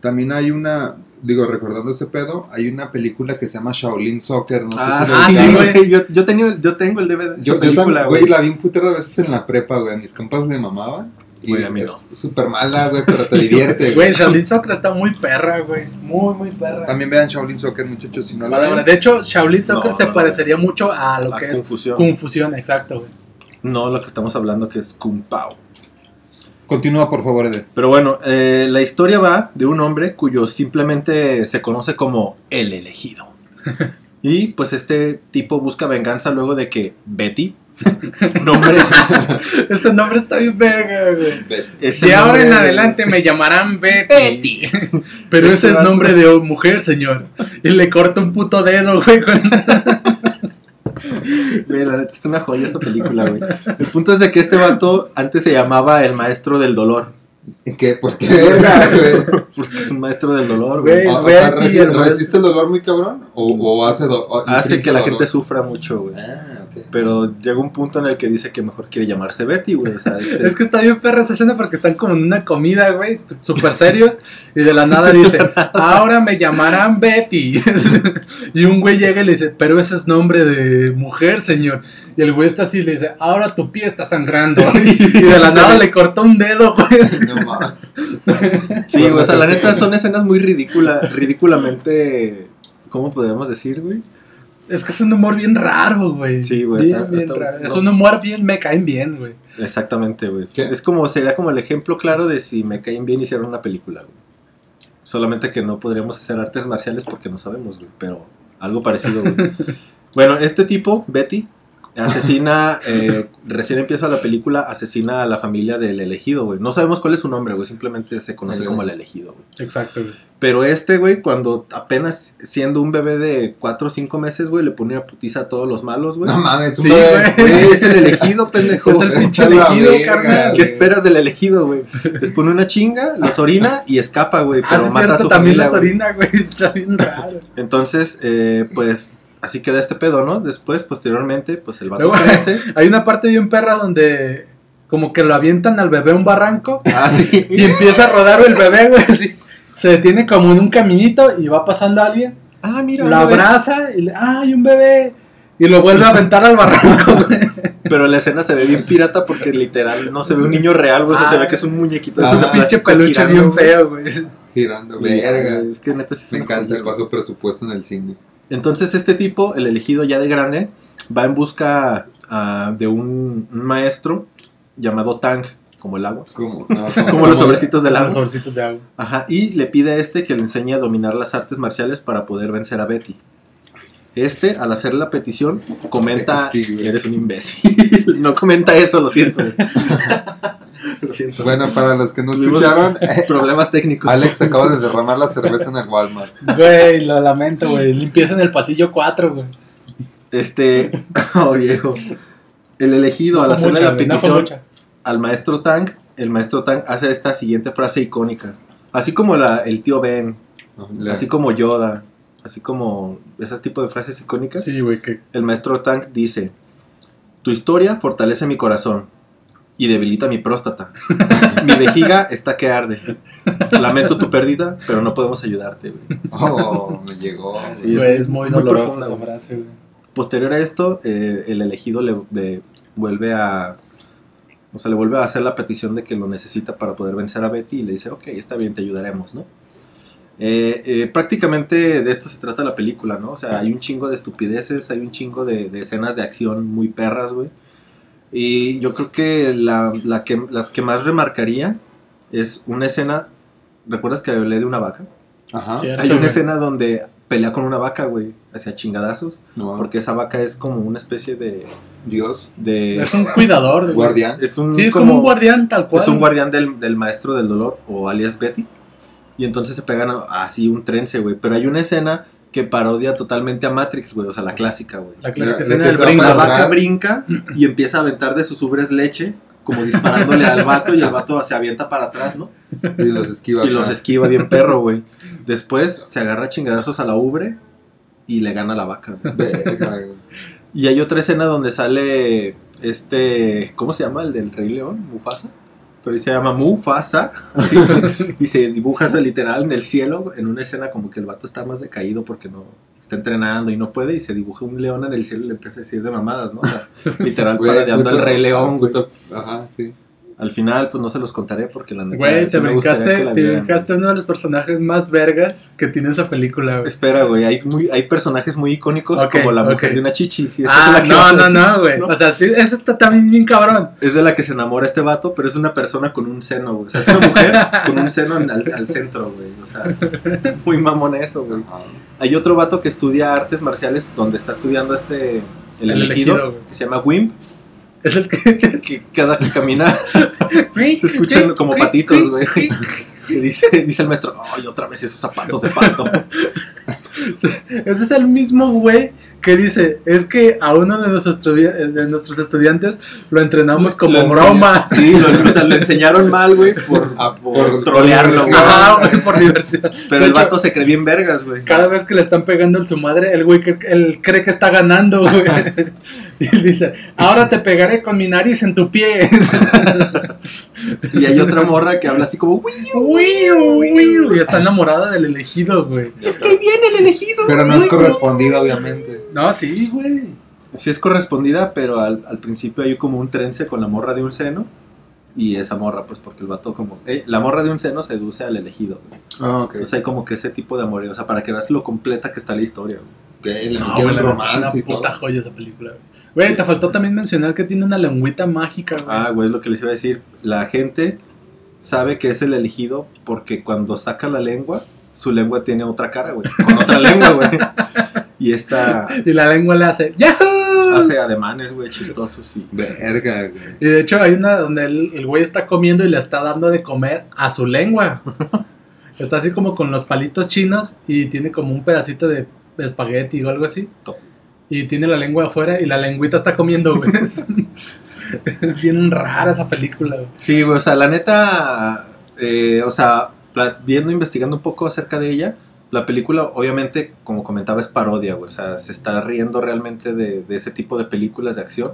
C: También hay una, digo, recordando ese pedo, hay una película que se llama Shaolin Soccer. No sé si
A: Ah, sí,
C: la
G: Ah, sí,
C: ubican.
G: güey.
A: Yo, yo, tenía el- yo tengo el DVD de
C: Yo,
A: esa
C: yo
A: película,
C: también, güey, la vi un putero de veces en la prepa, güey. a Mis compas me mamaban. Y
A: Güey, a mí
C: es súper mala, güey, pero te
A: eh,
C: divierte, güey.
G: Güey, Shaolin Soccer está muy perra, güey. Muy, muy perra.
C: También vean Shaolin Soccer, muchachos, si no la
G: Palabra.
C: ven.
G: De hecho, Shaolin Soccer
A: No,
G: se
A: no,
G: parecería mucho a lo
A: A
G: que es
A: Confusión.
G: Confusión, exacto. güey.
A: No lo que estamos hablando que es Kung Pao.
C: Continúa, por favor, Ede.
A: Pero bueno, eh, la historia va de un hombre cuyo simplemente se conoce como el elegido. Y pues este tipo busca venganza luego de que Betty, nombre,
G: Ese nombre está bien verga, güey.
A: ese
G: De ahora
A: nombre
G: en
A: de-
G: adelante me llamarán Betty. Pero ese
A: Este
G: es
A: vato-
G: nombre de mujer, señor. Y le corta un puto dedo, güey. con-
A: Güey, la neta es una joya esta película, güey. El punto es de que este vato antes se llamaba el maestro del dolor.
C: ¿Qué? ¿Por qué? verga, güey?
A: Porque es un maestro del dolor,
G: Güey,
A: güey.
C: Ah, O- o
G: Betty,
C: sea, resi-
G: el güey.
C: ¿Resiste el dolor muy cabrón? ¿O, o hace do- o-
A: Hace
C: inflige
A: que la
C: dolor?
A: gente sufra mucho, güey.
C: Ah, ok.
A: Pero llega un punto en el que dice que mejor quiere llamarse Betty, güey. O sea, dice-
G: Es que está bien perra esa escena porque están como en una comida, güey, est- súper serios. Y de la nada dicen, ahora me llamarán Betty. y un güey llega y le dice, pero ese es nombre de mujer, señor. Y el güey está así y le dice, ahora tu pie está sangrando. y de la nada le cortó un dedo, güey.
C: No mames.
A: Sí, güey, o sea, la neta son escenas muy ridículas, ridículamente, ¿cómo podríamos decir, güey?
G: Es que es un humor bien raro, güey.
A: Sí, güey,
G: Bien,
A: está-
G: bien
A: está-
G: raro. Es
A: no.
G: un humor bien, me caen bien, güey.
A: Exactamente, güey.
C: ¿Qué?
A: Es como, sería como el ejemplo claro de si me caen bien hicieron una película, güey. Solamente que no podríamos hacer artes marciales porque no sabemos, güey, pero algo parecido, güey. Bueno, este tipo, Betty, asesina, eh, recién empieza la película, asesina a la familia del elegido, güey. No sabemos cuál es su nombre, güey, simplemente se conoce
C: El-
A: como el elegido, güey.
G: Exacto, güey.
A: Pero este, güey, cuando apenas siendo un bebé de 4 o 5 meses, güey, le pone una putiza a todos los malos, güey.
C: No mames,
G: Sí,
C: güey.
G: güey.
A: Güey, es el elegido, pendejo.
G: Es el pinche
C: a la
G: elegido,
C: verga,
G: carnal.
A: ¿Qué
C: güey.
A: esperas del elegido, güey? Les pone una chinga, los orina y escapa, güey.
G: Ah,
A: Pero
G: sí, es
A: mata a
G: cierto,
A: su
G: también
A: familia,
G: las
A: güey.
G: orina, güey. Está bien raro.
A: Entonces, eh, pues, así queda este pedo, ¿no? Después, posteriormente, pues el vato
G: Luego-
A: crece.
G: Hay una parte bien perra donde como que lo avientan al bebé a un barranco
A: Ah,
G: y
A: sí.
G: empieza a rodar el bebé, güey. así. Se detiene como en un caminito y va pasando alguien,
A: Ah, mira.
G: lo
A: una vez.
G: abraza y le, ¡ay, un bebé! Y lo vuelve a aventar al barranco, güey.
A: Pero la escena se ve bien pirata porque literal no se ve un niño real, güey. O sea,
G: Ah.
A: se ve que es un muñequito.
G: Es
A: así
C: Ah,
A: de
G: un pinche
A: plástico
G: peluche
A: girando,
G: bien
A: güey.
G: feo, güey.
C: Girando,
A: Y,
C: verga.
A: Es que neta sí es
C: Me
A: una
C: encanta el
A: joyita.
C: bajo presupuesto en el cine.
A: Entonces este tipo, el elegido ya de grande, va en busca ah, de un un maestro llamado Tang, como el agua.
C: ¿Cómo? No, ¿cómo?
A: Como los sobrecitos del
G: Los
A: agua.
G: sobrecitos de agua.
A: Ajá, y le pide a este que le enseñe a dominar las artes marciales para poder vencer a Betty. Este, al hacer la petición, comenta...
C: Sí, güey.
A: Eres un imbécil. No comenta eso, lo siento. lo siento.
C: Bueno, para los que no
A: Tuvimos
C: escucharon,
A: problemas técnicos.
C: Alex acaba de derramar la cerveza en el Walmart.
G: Güey, lo lamento, güey. Limpieza en el pasillo 4, güey.
A: Este, oh viejo. El elegido al
G: No fue
A: hacerle
G: mucha,
A: la
G: güey, no
A: petición
G: fue mucha.
A: al maestro Tang, el maestro Tang hace esta siguiente frase icónica. Así como la, el tío Ben,
C: Le-
A: así como Yoda, así como esos tipos de frases icónicas,
G: Sí, güey, que
A: el maestro Tang dice, tu historia fortalece mi corazón y debilita mi próstata. mi vejiga está que arde. Lamento tu pérdida, pero no podemos ayudarte. güey".
C: Oh, me llegó.
A: Sí,
C: güey.
G: güey, es muy,
A: muy
G: dolorosa
A: profunda,
G: esa
A: güey.
G: frase, güey.
A: Posterior a esto, eh, el elegido le, le vuelve a... O sea, le vuelve a hacer la petición de que lo necesita para poder vencer a Betty y le dice, ok, está bien, te ayudaremos, ¿no? Eh, eh, prácticamente de esto se trata la película, ¿no? O sea, hay un chingo de estupideces, hay un chingo de, de escenas de acción muy perras, güey. Y yo creo que, la, la que las que más remarcaría es una escena... ¿Recuerdas que hablé de una vaca?
C: Ajá.
G: Cierto,
A: Ah, Hay una
G: güey.
A: escena donde pelea con una vaca, güey, hacia chingadazos.
C: No,
A: Porque esa vaca es como una especie de.
C: Dios.
A: de-
G: Es un cuidador, güey.
C: Guardián.
A: es un,
G: Sí, es como, un guardián tal cual.
A: es un guardián del, del maestro del dolor, o alias Betty. Y entonces se pegan a- así un trense, güey. Pero hay una escena que parodia totalmente a Matrix, güey. O sea, la clásica, güey.
G: La clásica
C: La-
G: escena
C: la que
G: del
C: se va
G: brinco.
A: La
C: para
A: vaca
C: atrás.
A: brinca y empieza a aventar de sus ubres leche, como disparándole al vato, y el vato se avienta para atrás, ¿no?
C: Y los esquiva.
A: Y los
C: ajá.
A: esquiva bien perro, güey. Después se agarra a chingadazos a la ubre y le gana a la vaca, güey.
C: Verga, güey.
A: Y hay otra escena donde sale este, ¿cómo se llama? El del Rey León, Mufasa. pero ahí se llama Mufasa, así, y se dibuja eso literal en el cielo, en una escena como que el vato está más decaído porque no está entrenando y no puede, y se dibuja un león en el cielo y le empieza a decir de mamadas, ¿no? O sea, literal,
C: Güey,
A: parodiando al
C: puto-
A: Rey León, güey.
C: puto- Ajá, sí.
A: Al final, pues no se los contaré porque la neta.
G: Güey,
A: sí
G: te
A: me gustaría que
G: brincaste,
A: la
G: te
A: vieran.
G: brincaste uno de los personajes más vergas que tiene esa película, güey.
A: Espera, güey, hay, muy, hay personajes muy icónicos
G: Ok,
A: como la mujer
G: ok.
A: de una chichi. sí, esa es
G: Ah,
A: la que vas
G: no,
A: a
G: no,
A: decir.
G: no, güey.
A: ¿no?
G: O sea, sí, esa está también bien cabrón.
A: Es de la que se enamora este vato, pero es una persona con un seno, güey. O sea, es una mujer con un seno en- al, al centro, güey. O sea, está muy mamón eso, güey.
C: Ajá.
A: Hay otro vato que estudia artes marciales donde está estudiando este. El,
G: El
A: elegido,
G: elegido, güey.
A: que se llama Wimp,
G: Es el que.
A: que cada que camina se escuchan como patitos, güey. Y dice, dice el maestro, ay, otra vez esos zapatos de pato.
G: Ese es el mismo güey que dice, es que a uno de nuestros, estudia- de nuestros estudiantes lo entrenamos
C: Lo-
G: como
C: lo
G: broma.
A: Sí, lo, o sea, lo enseñaron mal, güey, por,
C: Ah,
A: por
C: por-
A: trolearlo,
C: por-
A: güey.
G: Ajá, güey, por diversión.
A: Pero
G: De
A: el
G: hecho,
A: vato se cree bien vergas, güey.
G: Cada vez que le están pegando en su madre, el güey cre- él cree que está ganando, güey. Y dice, ahora te pegaré con mi nariz en tu pie.
A: Y hay otra morra que habla así como, güey,
G: Uy, uy, uy. Y está enamorada del elegido, güey.
A: es que viene el elegido.
C: Pero no es correspondido, obviamente.
G: No, sí, güey.
A: Sí es correspondida, pero al, al principio hay como un trense con la morra de un seno. Y esa morra, pues porque el vato como... eh, la morra de un seno seduce al elegido, güey.
C: Ah, ok.
A: Entonces hay como que ese tipo de amor, o sea, para que veas lo completa que está la historia, güey.
C: Güey, le
G: No,
C: metieron
G: güey, la neta, es
C: romance
G: una
C: y todo.
G: puta joya esa película, güey. Güey, te faltó también mencionar que tiene una lengüita mágica, güey.
A: Ah, güey, es lo que les iba a decir. La gente sabe que es el elegido porque cuando saca la lengua, su lengua tiene otra cara, güey. Con otra lengua, güey. Y esta
G: Y la lengua le hace ¡Yahoo!
A: hace ademanes, güey, chistosos y...
C: Verga, güey.
G: Y de hecho hay una donde el, el güey está comiendo y le está dando de comer a su lengua. está así como con los palitos chinos y tiene como un pedacito de de espagueti o algo así.
A: Tofu.
G: Y tiene la lengua afuera y la lengüita está comiendo, güey. es, es bien rara esa película, güey.
A: Sí, güey, o sea, la neta, eh, o sea, pla- viendo, investigando un poco acerca de ella, la película obviamente, como comentaba, es parodia, güey, o sea, se está riendo realmente de, de ese tipo de películas de acción,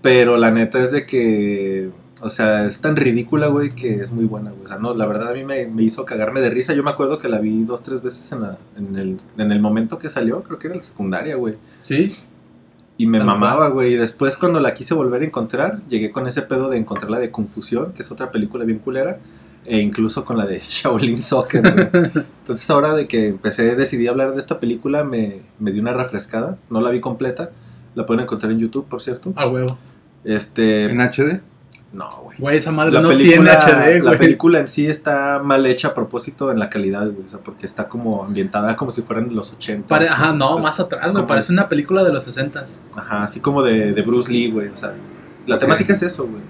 A: pero la neta es de que, o sea, es tan ridícula, güey, que es muy buena, güey, o sea, no, la verdad a mí me, me hizo cagarme de risa, yo me acuerdo que la vi dos, tres veces en, la- en el, en el momento que salió, creo que era la secundaria, güey.
G: Sí,
A: Y me
G: Tal
A: mamaba, güey. Y después cuando la quise volver a encontrar, llegué con ese pedo de encontrarla de Confusión, que es otra película bien culera. E incluso con la de Shaolin Soccer, güey. Entonces ahora de que empecé, decidí hablar de esta película, me, me di una refrescada. No la vi completa. La pueden encontrar en YouTube, por cierto.
G: a huevo.
A: Este...
C: ¿En HD?
A: No, güey.
G: Güey, esa madre
A: La,
G: no
A: película,
G: tiene HD,
A: la
G: güey.
A: película en sí está mal hecha a propósito en la calidad, güey. O sea, porque está como ambientada como si fueran de los 80.
G: Pare- Ajá, no, más atrás, güey.
A: como-
G: Parece una película de los 60
A: Ajá, así como de, de Bruce Lee, güey. O sea, la temática es eso, güey.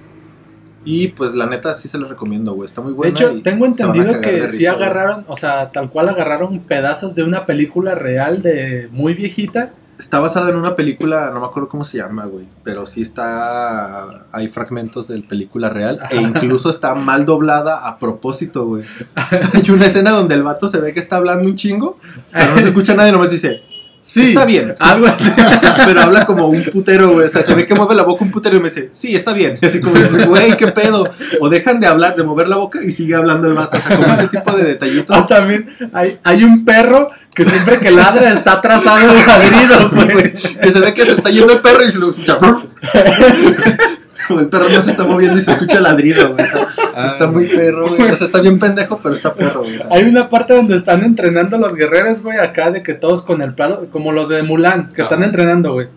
A: Y pues la neta sí se los recomiendo, güey. Está muy
G: De
A: buena.
G: hecho,
A: y
G: tengo
A: se van a
G: entendido
A: cagar de
G: que sí
A: risa, güey.
G: agarraron, o sea, tal cual agarraron pedazos de una película real de muy viejita.
A: Está basada en una película, no me acuerdo cómo se llama, güey. Pero sí está. Hay fragmentos de la película real. E incluso está mal doblada a propósito, güey. Hay una escena donde el vato se ve que está hablando un chingo, pero Ah, no se escucha a nadie, nomás dice.
G: Sí.
A: Está bien.
G: Algo así.
A: Pero habla como un putero, güey. O sea, se ve que mueve la boca un putero y me dice, sí, está bien. Y así como dices, güey, qué pedo. O dejan de hablar, de mover la boca y sigue hablando el vato. O sea, como ese tipo de detallitos.
G: O también hay, hay un perro que siempre que ladra está atrasado el ladrido, güey.
A: Que se ve que se está yendo el perro y se lo escucha. Como el perro no se está moviendo y se escucha ladrido, güey. O sea, está muy perro, güey. O sea, está bien pendejo, pero está perro, güey.
G: Hay una parte donde están entrenando los guerreros, güey, acá de que todos con el palo, como los de Mulan, que están entrenando, güey.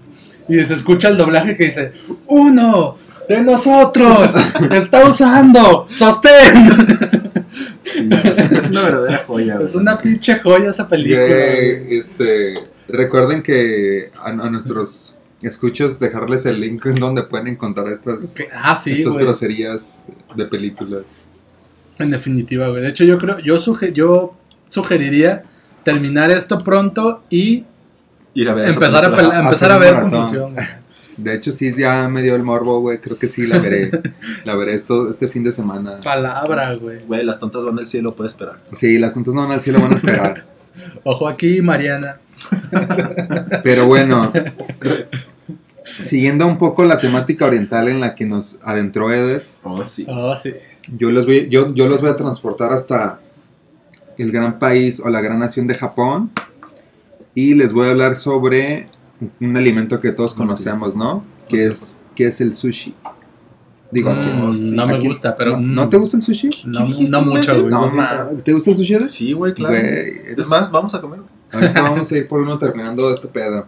G: Y se escucha el doblaje que dice, uno de nosotros está usando, sostén.
A: Sí, es una verdadera joya, güey.
G: Es una pinche joya esa película. güey.
C: Güey, este, recuerden que a, a nuestros escuchos dejarles el link en donde pueden encontrar estas,
G: Que- Ah, sí,
C: estas
G: güey.
C: groserías de películas.
G: En definitiva, güey. De hecho, yo creo, yo, suge- yo sugeriría terminar esto pronto y
A: Ir a ver esa
G: empezar a,
A: película. Ah,
G: pel- empezar
C: hacer
G: a
C: un
G: ver
C: maratón.
G: confusión. güey.
C: De hecho, sí, ya me dio el morbo, güey. Creo que sí la veré. la veré esto, este fin de semana.
G: Palabra, güey.
A: Güey, las tontas van al cielo, puede esperar.
C: Sí, las tantas no van al cielo, van a esperar.
G: Ojo aquí, Mariana.
C: Pero bueno, Siguiendo un poco la temática oriental en la que nos adentró Eder,
F: Oh, sí.
G: Oh, sí.
C: yo los voy, yo, yo los voy a transportar hasta el gran país o la gran nación de Japón y les voy a hablar sobre un alimento que todos conocemos, ¿no? Que es, que es el sushi. Digo,
G: Mm,
C: aquí-
G: no me
C: aquí-
G: gusta, pero.
C: ¿No,
G: mm,
C: ¿no te gusta el sushi?
G: No,
A: dijiste,
G: no mucho,
A: imbécil?
G: güey.
C: No,
G: Sí.
C: ma- ¿Te gusta el sushi? Eder?
A: Sí, güey, claro.
C: Güey, eres-
A: Es más, vamos a comer.
C: Ahorita vamos a ir por uno terminando este pedo.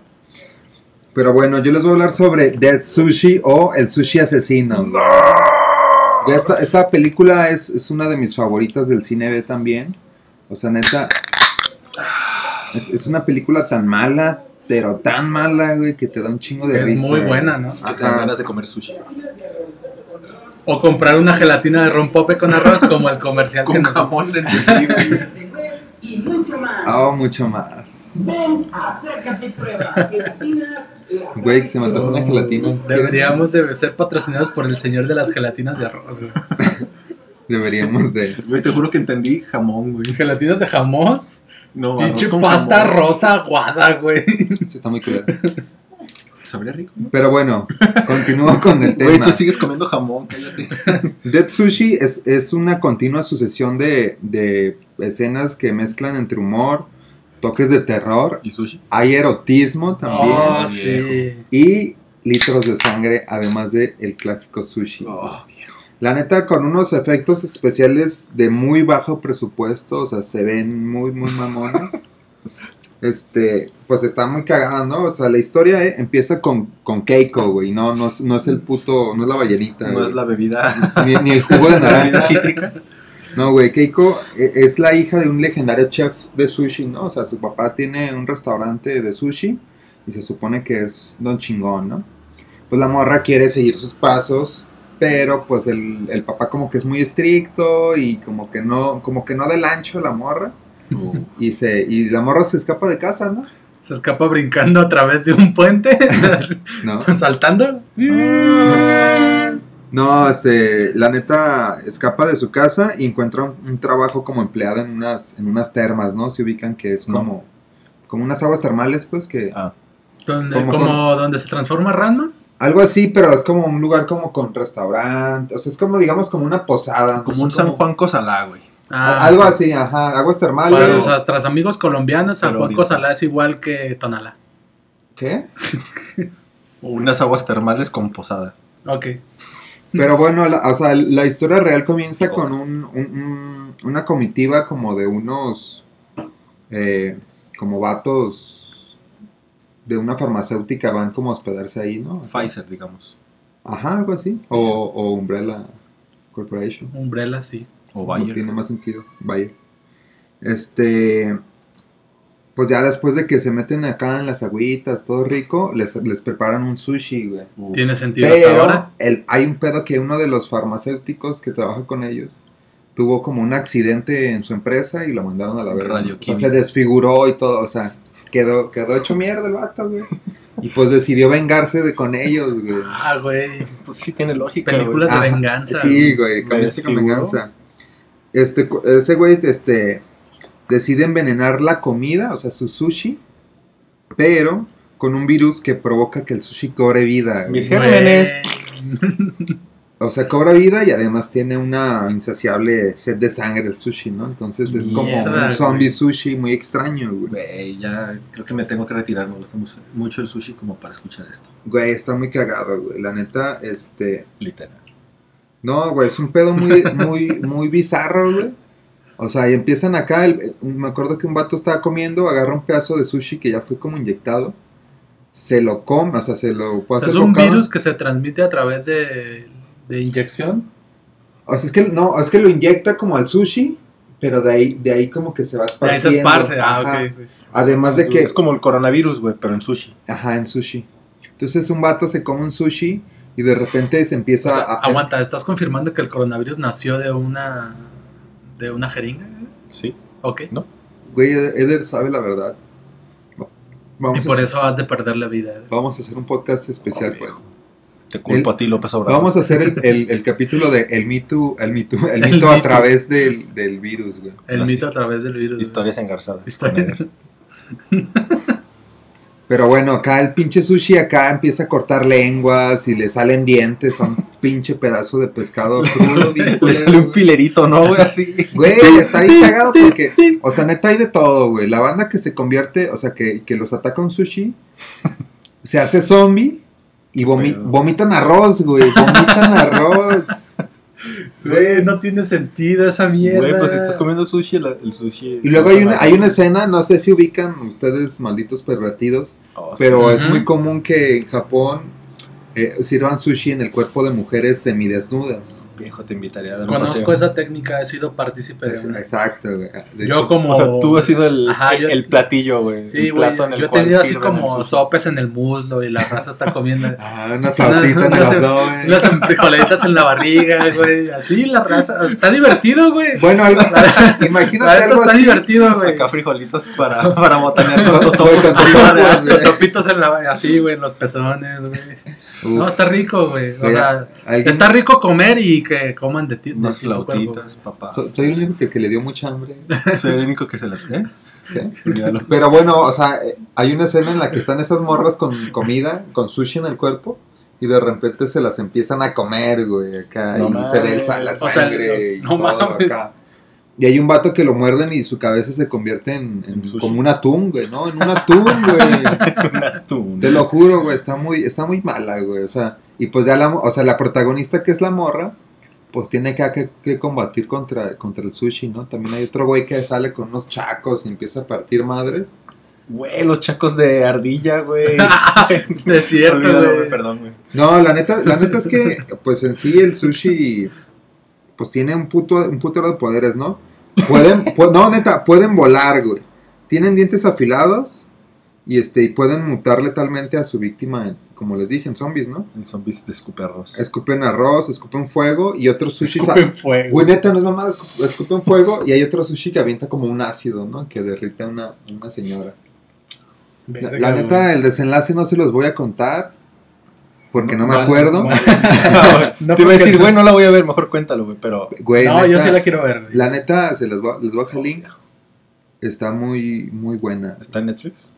C: Pero bueno, yo les voy a hablar sobre Dead Sushi o El Sushi Asesino. Güey, Esta, esta película es, es una de mis favoritas del cine B también. O sea, neta. Es, es una película tan mala, pero tan mala, güey, que te da un chingo de
G: Es
C: risa.
G: muy
C: güey.
G: buena, ¿no?
A: Ah, Que te dan
C: Ajá.
A: ganas de comer sushi.
G: O comprar una gelatina de rompope con arroz, como el comercial que
A: Con
G: nos
A: jamón en
H: Web y mucho más.
C: Ah, mucho más.
H: Ven, acércate y prueba. Gelatinas, la
C: Güey, se me antojó una gelatina.
G: Deberíamos de ser patrocinados por el señor de las gelatinas de arroz, güey.
C: Deberíamos de.
A: Güey, te juro que entendí jamón, güey.
G: Gelatinas de jamón,
A: No, arroz
G: pinche
A: con
G: pasta
A: jamón.
G: rosa aguada, güey.
C: Sí, está muy culero.
A: Sabría rico.
C: Pero bueno, continúo con el tema.
A: Güey, tú sigues comiendo jamón, cállate.
C: Dead Sushi es, es una continua sucesión de, de escenas que mezclan entre humor, toques de terror,
A: ¿Y sushi?
C: hay erotismo también
A: Ah.
G: Oh, sí.
C: y litros de sangre, además de el clásico sushi.
A: Ah. Oh,
C: La neta, con unos efectos especiales de muy bajo presupuesto, o sea, se ven muy, muy mamones. Este, pues está muy cagada, ¿no? O sea, la historia eh, empieza con, con Keiko, güey. No, no, es- no es el puto, no es la ballenita.
A: no
C: güey.
A: es la bebida,
C: ni, ni el jugo de
A: la
C: naranja.
A: bebida cítrica.
C: No, güey, Keiko e- es la hija de un legendario chef de sushi, ¿no? O sea, su papá tiene un restaurante de sushi y se supone que es don chingón, ¿no? Pues la morra quiere seguir sus pasos, pero pues el, el papá como que es muy estricto y como que no, como que no del ancho la morra. Y se, y la morra se escapa de casa, ¿no?
G: Se escapa brincando a través de un puente, así,
C: No.
G: saltando.
C: No, este, la neta escapa de su casa y encuentra un, un trabajo como empleada en unas, en unas termas, ¿no? Se ubican que es
A: No.
C: como, como unas aguas termales, pues que
G: Donde,
C: Como-
G: como donde se transforma Ranma.
C: algo así, pero es como un lugar como con restaurante, o sea, es como digamos como una posada,
A: Como un
C: Son
A: San Juan Cosalá, güey.
G: Ah,
C: algo así, ajá, aguas
G: Para
C: termales,
G: nuestros amigos colombianos, San
A: Pero
G: Juan
A: ahorita.
G: Cosalá es igual que Tonalá.
C: ¿qué?
A: O unas aguas termales con posada.
G: Ok.
C: Pero bueno, la, o sea, la historia real comienza con un, un- un- una comitiva como de unos, eh, como vatos de una farmacéutica, van como a hospedarse ahí, ¿no?
A: Pfizer, digamos.
C: Ajá, algo así. O, o Umbrella Corporation.
G: Umbrella, sí.
A: O
C: No
A: Bayer.
C: tiene más sentido. Bayer. Este. Pues ya después de que se meten acá en las agüitas, todo rico, les, les preparan un sushi, güey.
A: Uf.
G: Tiene sentido hasta ahora.
C: Pero el, hay un pedo que uno de los farmacéuticos que trabaja con ellos tuvo como un accidente en su empresa y lo mandaron a la verga. O sea,
A: Radioquímico.
C: se desfiguró y todo, o sea, quedó, quedó hecho mierda el vato, güey. Y pues decidió vengarse de con ellos, güey.
G: Ah, güey.
A: Pues sí tiene lógica,
G: Películas
C: Ajá,
G: de venganza.
C: Sí, güey, comienza con
A: desfiguró.
C: venganza. Este, cu- ese güey, este, decide envenenar la comida, o sea, su sushi, pero con un virus que provoca que el sushi cobre vida. güey.
A: Mis-
G: Gérmenes.
C: O sea, cobra vida y además tiene una insaciable sed de sangre el sushi, ¿no? Entonces es como
G: Mierda,
C: un zombie
G: güey.
C: sushi muy extraño, güey.
A: Güey, ya creo que me tengo que retirar. Me gusta mucho- mucho el sushi como para escuchar esto.
C: Güey, está muy cagado, güey. La neta, este,
A: Literal.
C: No, güey, es un pedo muy, muy, muy bizarro, güey. O sea, y empiezan acá, el- me acuerdo que un vato estaba comiendo, agarra un pedazo de sushi que ya fue como inyectado, se lo come, o sea, se lo
G: O
C: puede
G: sea, es
C: hacer
G: un
C: bocado.
G: virus que se transmite a través de, de inyección.
C: O sea, es que no, es que lo inyecta como al sushi, pero de ahí, de ahí como que se va
G: De ahí se
C: esparciendo.
G: esparce. Ah,
C: Pues Ajá.
G: ok. güey.
C: Además de que
A: Es como el coronavirus, güey, pero en sushi.
C: ajá, en sushi. Entonces un vato se come un sushi y de repente se empieza
G: O
A: Ah,
G: sea,
C: a
G: aguanta, ¿estás confirmando que el coronavirus nació de una de una jeringa?
A: Sí.
G: Ok.
C: güey, Eder sabe la verdad. Vamos
G: Y por
C: a,
G: eso has de perder la vida.
C: vamos a hacer un podcast especial, pues.
A: Te culpo
C: El-
A: a ti, López Obrador.
C: Vamos a hacer el, el- el capítulo de El mito el mito el
G: El
C: mito a
G: mito.
C: través del, del virus, güey.
G: El
A: Las
G: mito
A: hist-
G: a través del virus. güey.
A: Historias engarzadas.
G: Historia.
C: Pero bueno, acá el pinche sushi acá empieza a cortar lenguas y le salen dientes a un pinche pedazo de pescado crudo. bien
A: Le
C: culero,
A: sale un
C: güey.
A: filerito, ¿no, güey? Así.
C: Güey, está bien cagado porque, o sea, neta hay de todo, güey. La banda que se convierte, o sea, que, que los ataca un sushi, se hace zombie y vomi-
A: Pero-
C: vomitan arroz, güey. Vomitan arroz.
G: Güey, no tiene sentido esa mierda.
A: Güey, pues si estás comiendo sushi, la- el sushi.
C: Y luego hay una, hay una escena, no sé si ubican ustedes, malditos pervertidos,
A: Oh, sí.
C: pero eh,
G: sí.
C: es
G: Ujú.
C: muy común que en Japón eh, sirvan sushi en el cuerpo de mujeres semidesnudas.
A: Viejo, te invitaría a dar un
G: Conozco
A: paseo.
G: esa técnica, he sido partícipe de
C: Es-
G: una.
C: Exacto, güey. De
G: Yo
C: hecho,
G: como...
A: O sea, tú has sido el,
G: Ajá, yo-
A: el platillo, güey.
G: Sí,
A: el
G: güey,
A: plato en el
G: yo he
A: cual
G: tenido así
A: sirven el
G: como
A: sushi.
G: sopes en el muslo y la raza está comiendo
C: Ah, una flautita en el
G: Unas-
C: abdomen.
G: unas frijoladitas en la barriga, güey, así la raza, está divertido, güey.
C: Bueno, algo,
G: La
C: imagínate
G: neta
C: algo
G: está
C: así.
G: divertido, güey.
A: Acá frijolitos para, para botanear con
C: Con-
A: totopos.
C: con-
G: Ajá,
C: güey.
G: Topitos en la así, güey, en los pezones, güey.
C: Uf.
G: No, está rico, güey. O
C: Mira,
G: sea,
C: Alguien-
G: está rico comer y que coman de ti. de
A: Unas
G: ti tu cuerpo,
A: flautitas, papá.
C: so- soy el único que, que le dio mucha hambre.
A: Soy el único que se la. ¿Eh?
C: ¿Qué?
A: Olvídalo.
C: Pero bueno, o sea, eh, hay una escena en la que están esas morras con comida, con sushi en el cuerpo. Y de repente se las empiezan a comer, güey, acá.
A: No
C: y se ve el
A: mames.
C: sa- la
G: O sea,
C: sangre y
G: no
C: todo
G: mames.
C: acá. Y hay un vato que lo muerden y su cabeza se convierte en, en-
A: En sushi.
C: como un atún, güey, ¿no? En un atún, güey.
A: Tú.
C: Te lo juro, güey, está muy, está muy mala, güey. O sea, y pues ya la, o sea, la protagonista que es la morra, pues tiene que, que, que combatir contra, contra el sushi, ¿no? También hay otro güey que sale con unos chacos y empieza a partir madres.
A: Güey, los chacos de ardilla, güey.
G: Es cierto,
A: Olvídalo,
G: güey.
A: güey. Perdón, güey.
C: No, la neta, la neta es que, pues en sí el sushi, pues tiene un puto, un putero de poderes, ¿no? Pueden, pu- no, neta, pueden volar, güey. Tienen dientes afilados y este, y pueden mutar letalmente a su víctima, en- como les dije, en zombies, ¿no?
A: En zombies de escuperros.
C: Escupen arroz, escupen fuego y otros sushi sa-
G: Escupen fuego.
C: Güey, neta, no es mamada, escu- escupen fuego y hay otro sushi que avienta como un ácido, ¿no? Que derrite a una, una señora. La,
G: Verga,
C: la
G: güey.
C: neta, el desenlace no se los voy a contar porque no me
G: Vale,
C: acuerdo.
G: vale. No,
A: Te iba a
G: porque-
A: decir, güey, no la voy a ver, mejor cuéntalo, güey, pero.
C: Güey,
G: No,
C: neta,
G: yo sí la quiero ver, güey.
C: la neta, se les va, les voy a dejar link. Está muy, muy buena.
A: ¿Está en Netflix?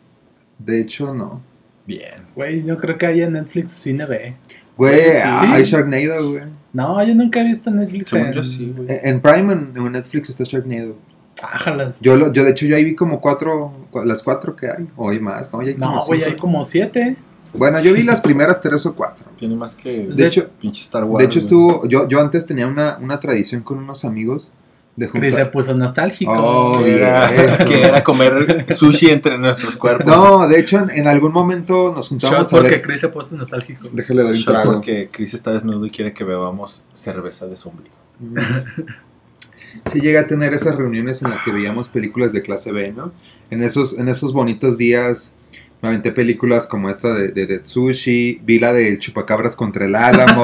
C: De hecho, no.
A: Bien.
G: Güey, yo creo que ahí en Netflix cine ve.
C: Güey,
G: Sí.
C: ah, hay Sharknado, güey.
G: No, yo nunca he visto Netflix
A: Según
G: en...
A: yo sí, güey.
C: En en Prime, en, en Netflix está Sharknado.
G: Ájalas.
C: Yo, lo, yo, de hecho, yo ahí vi como cuatro, cua- las cuatro que hay, o hay más, ¿no? Ya hay como
G: No, güey,
C: cinco.
G: hay como siete.
C: Bueno, yo vi las primeras tres o cuatro.
A: Tiene más que.
C: De hecho,
A: pinche Star Wars.
C: De hecho,
A: güey.
C: estuvo. Yo, yo antes tenía una, una tradición con unos amigos de
G: Chris se
C: juntar.
G: puso nostálgico.
C: Oh,
A: Que era,
C: viejo.
A: que era comer sushi entre nuestros cuerpos.
C: No, de hecho, en, en algún momento nos
G: Shock
C: juntamos a
G: porque
C: ver.
G: Chris se puso nostálgico.
C: Déjale doy un
A: Shot
C: trago.
A: porque Chris está desnudo y quiere que bebamos cerveza de sombrío.
C: Sí, llega a tener esas reuniones en las que veíamos películas de clase B, ¿no? En esos, en esos bonitos días me aventé películas como esta de, de, de Tsushi, vi la de Chupacabras contra el Álamo,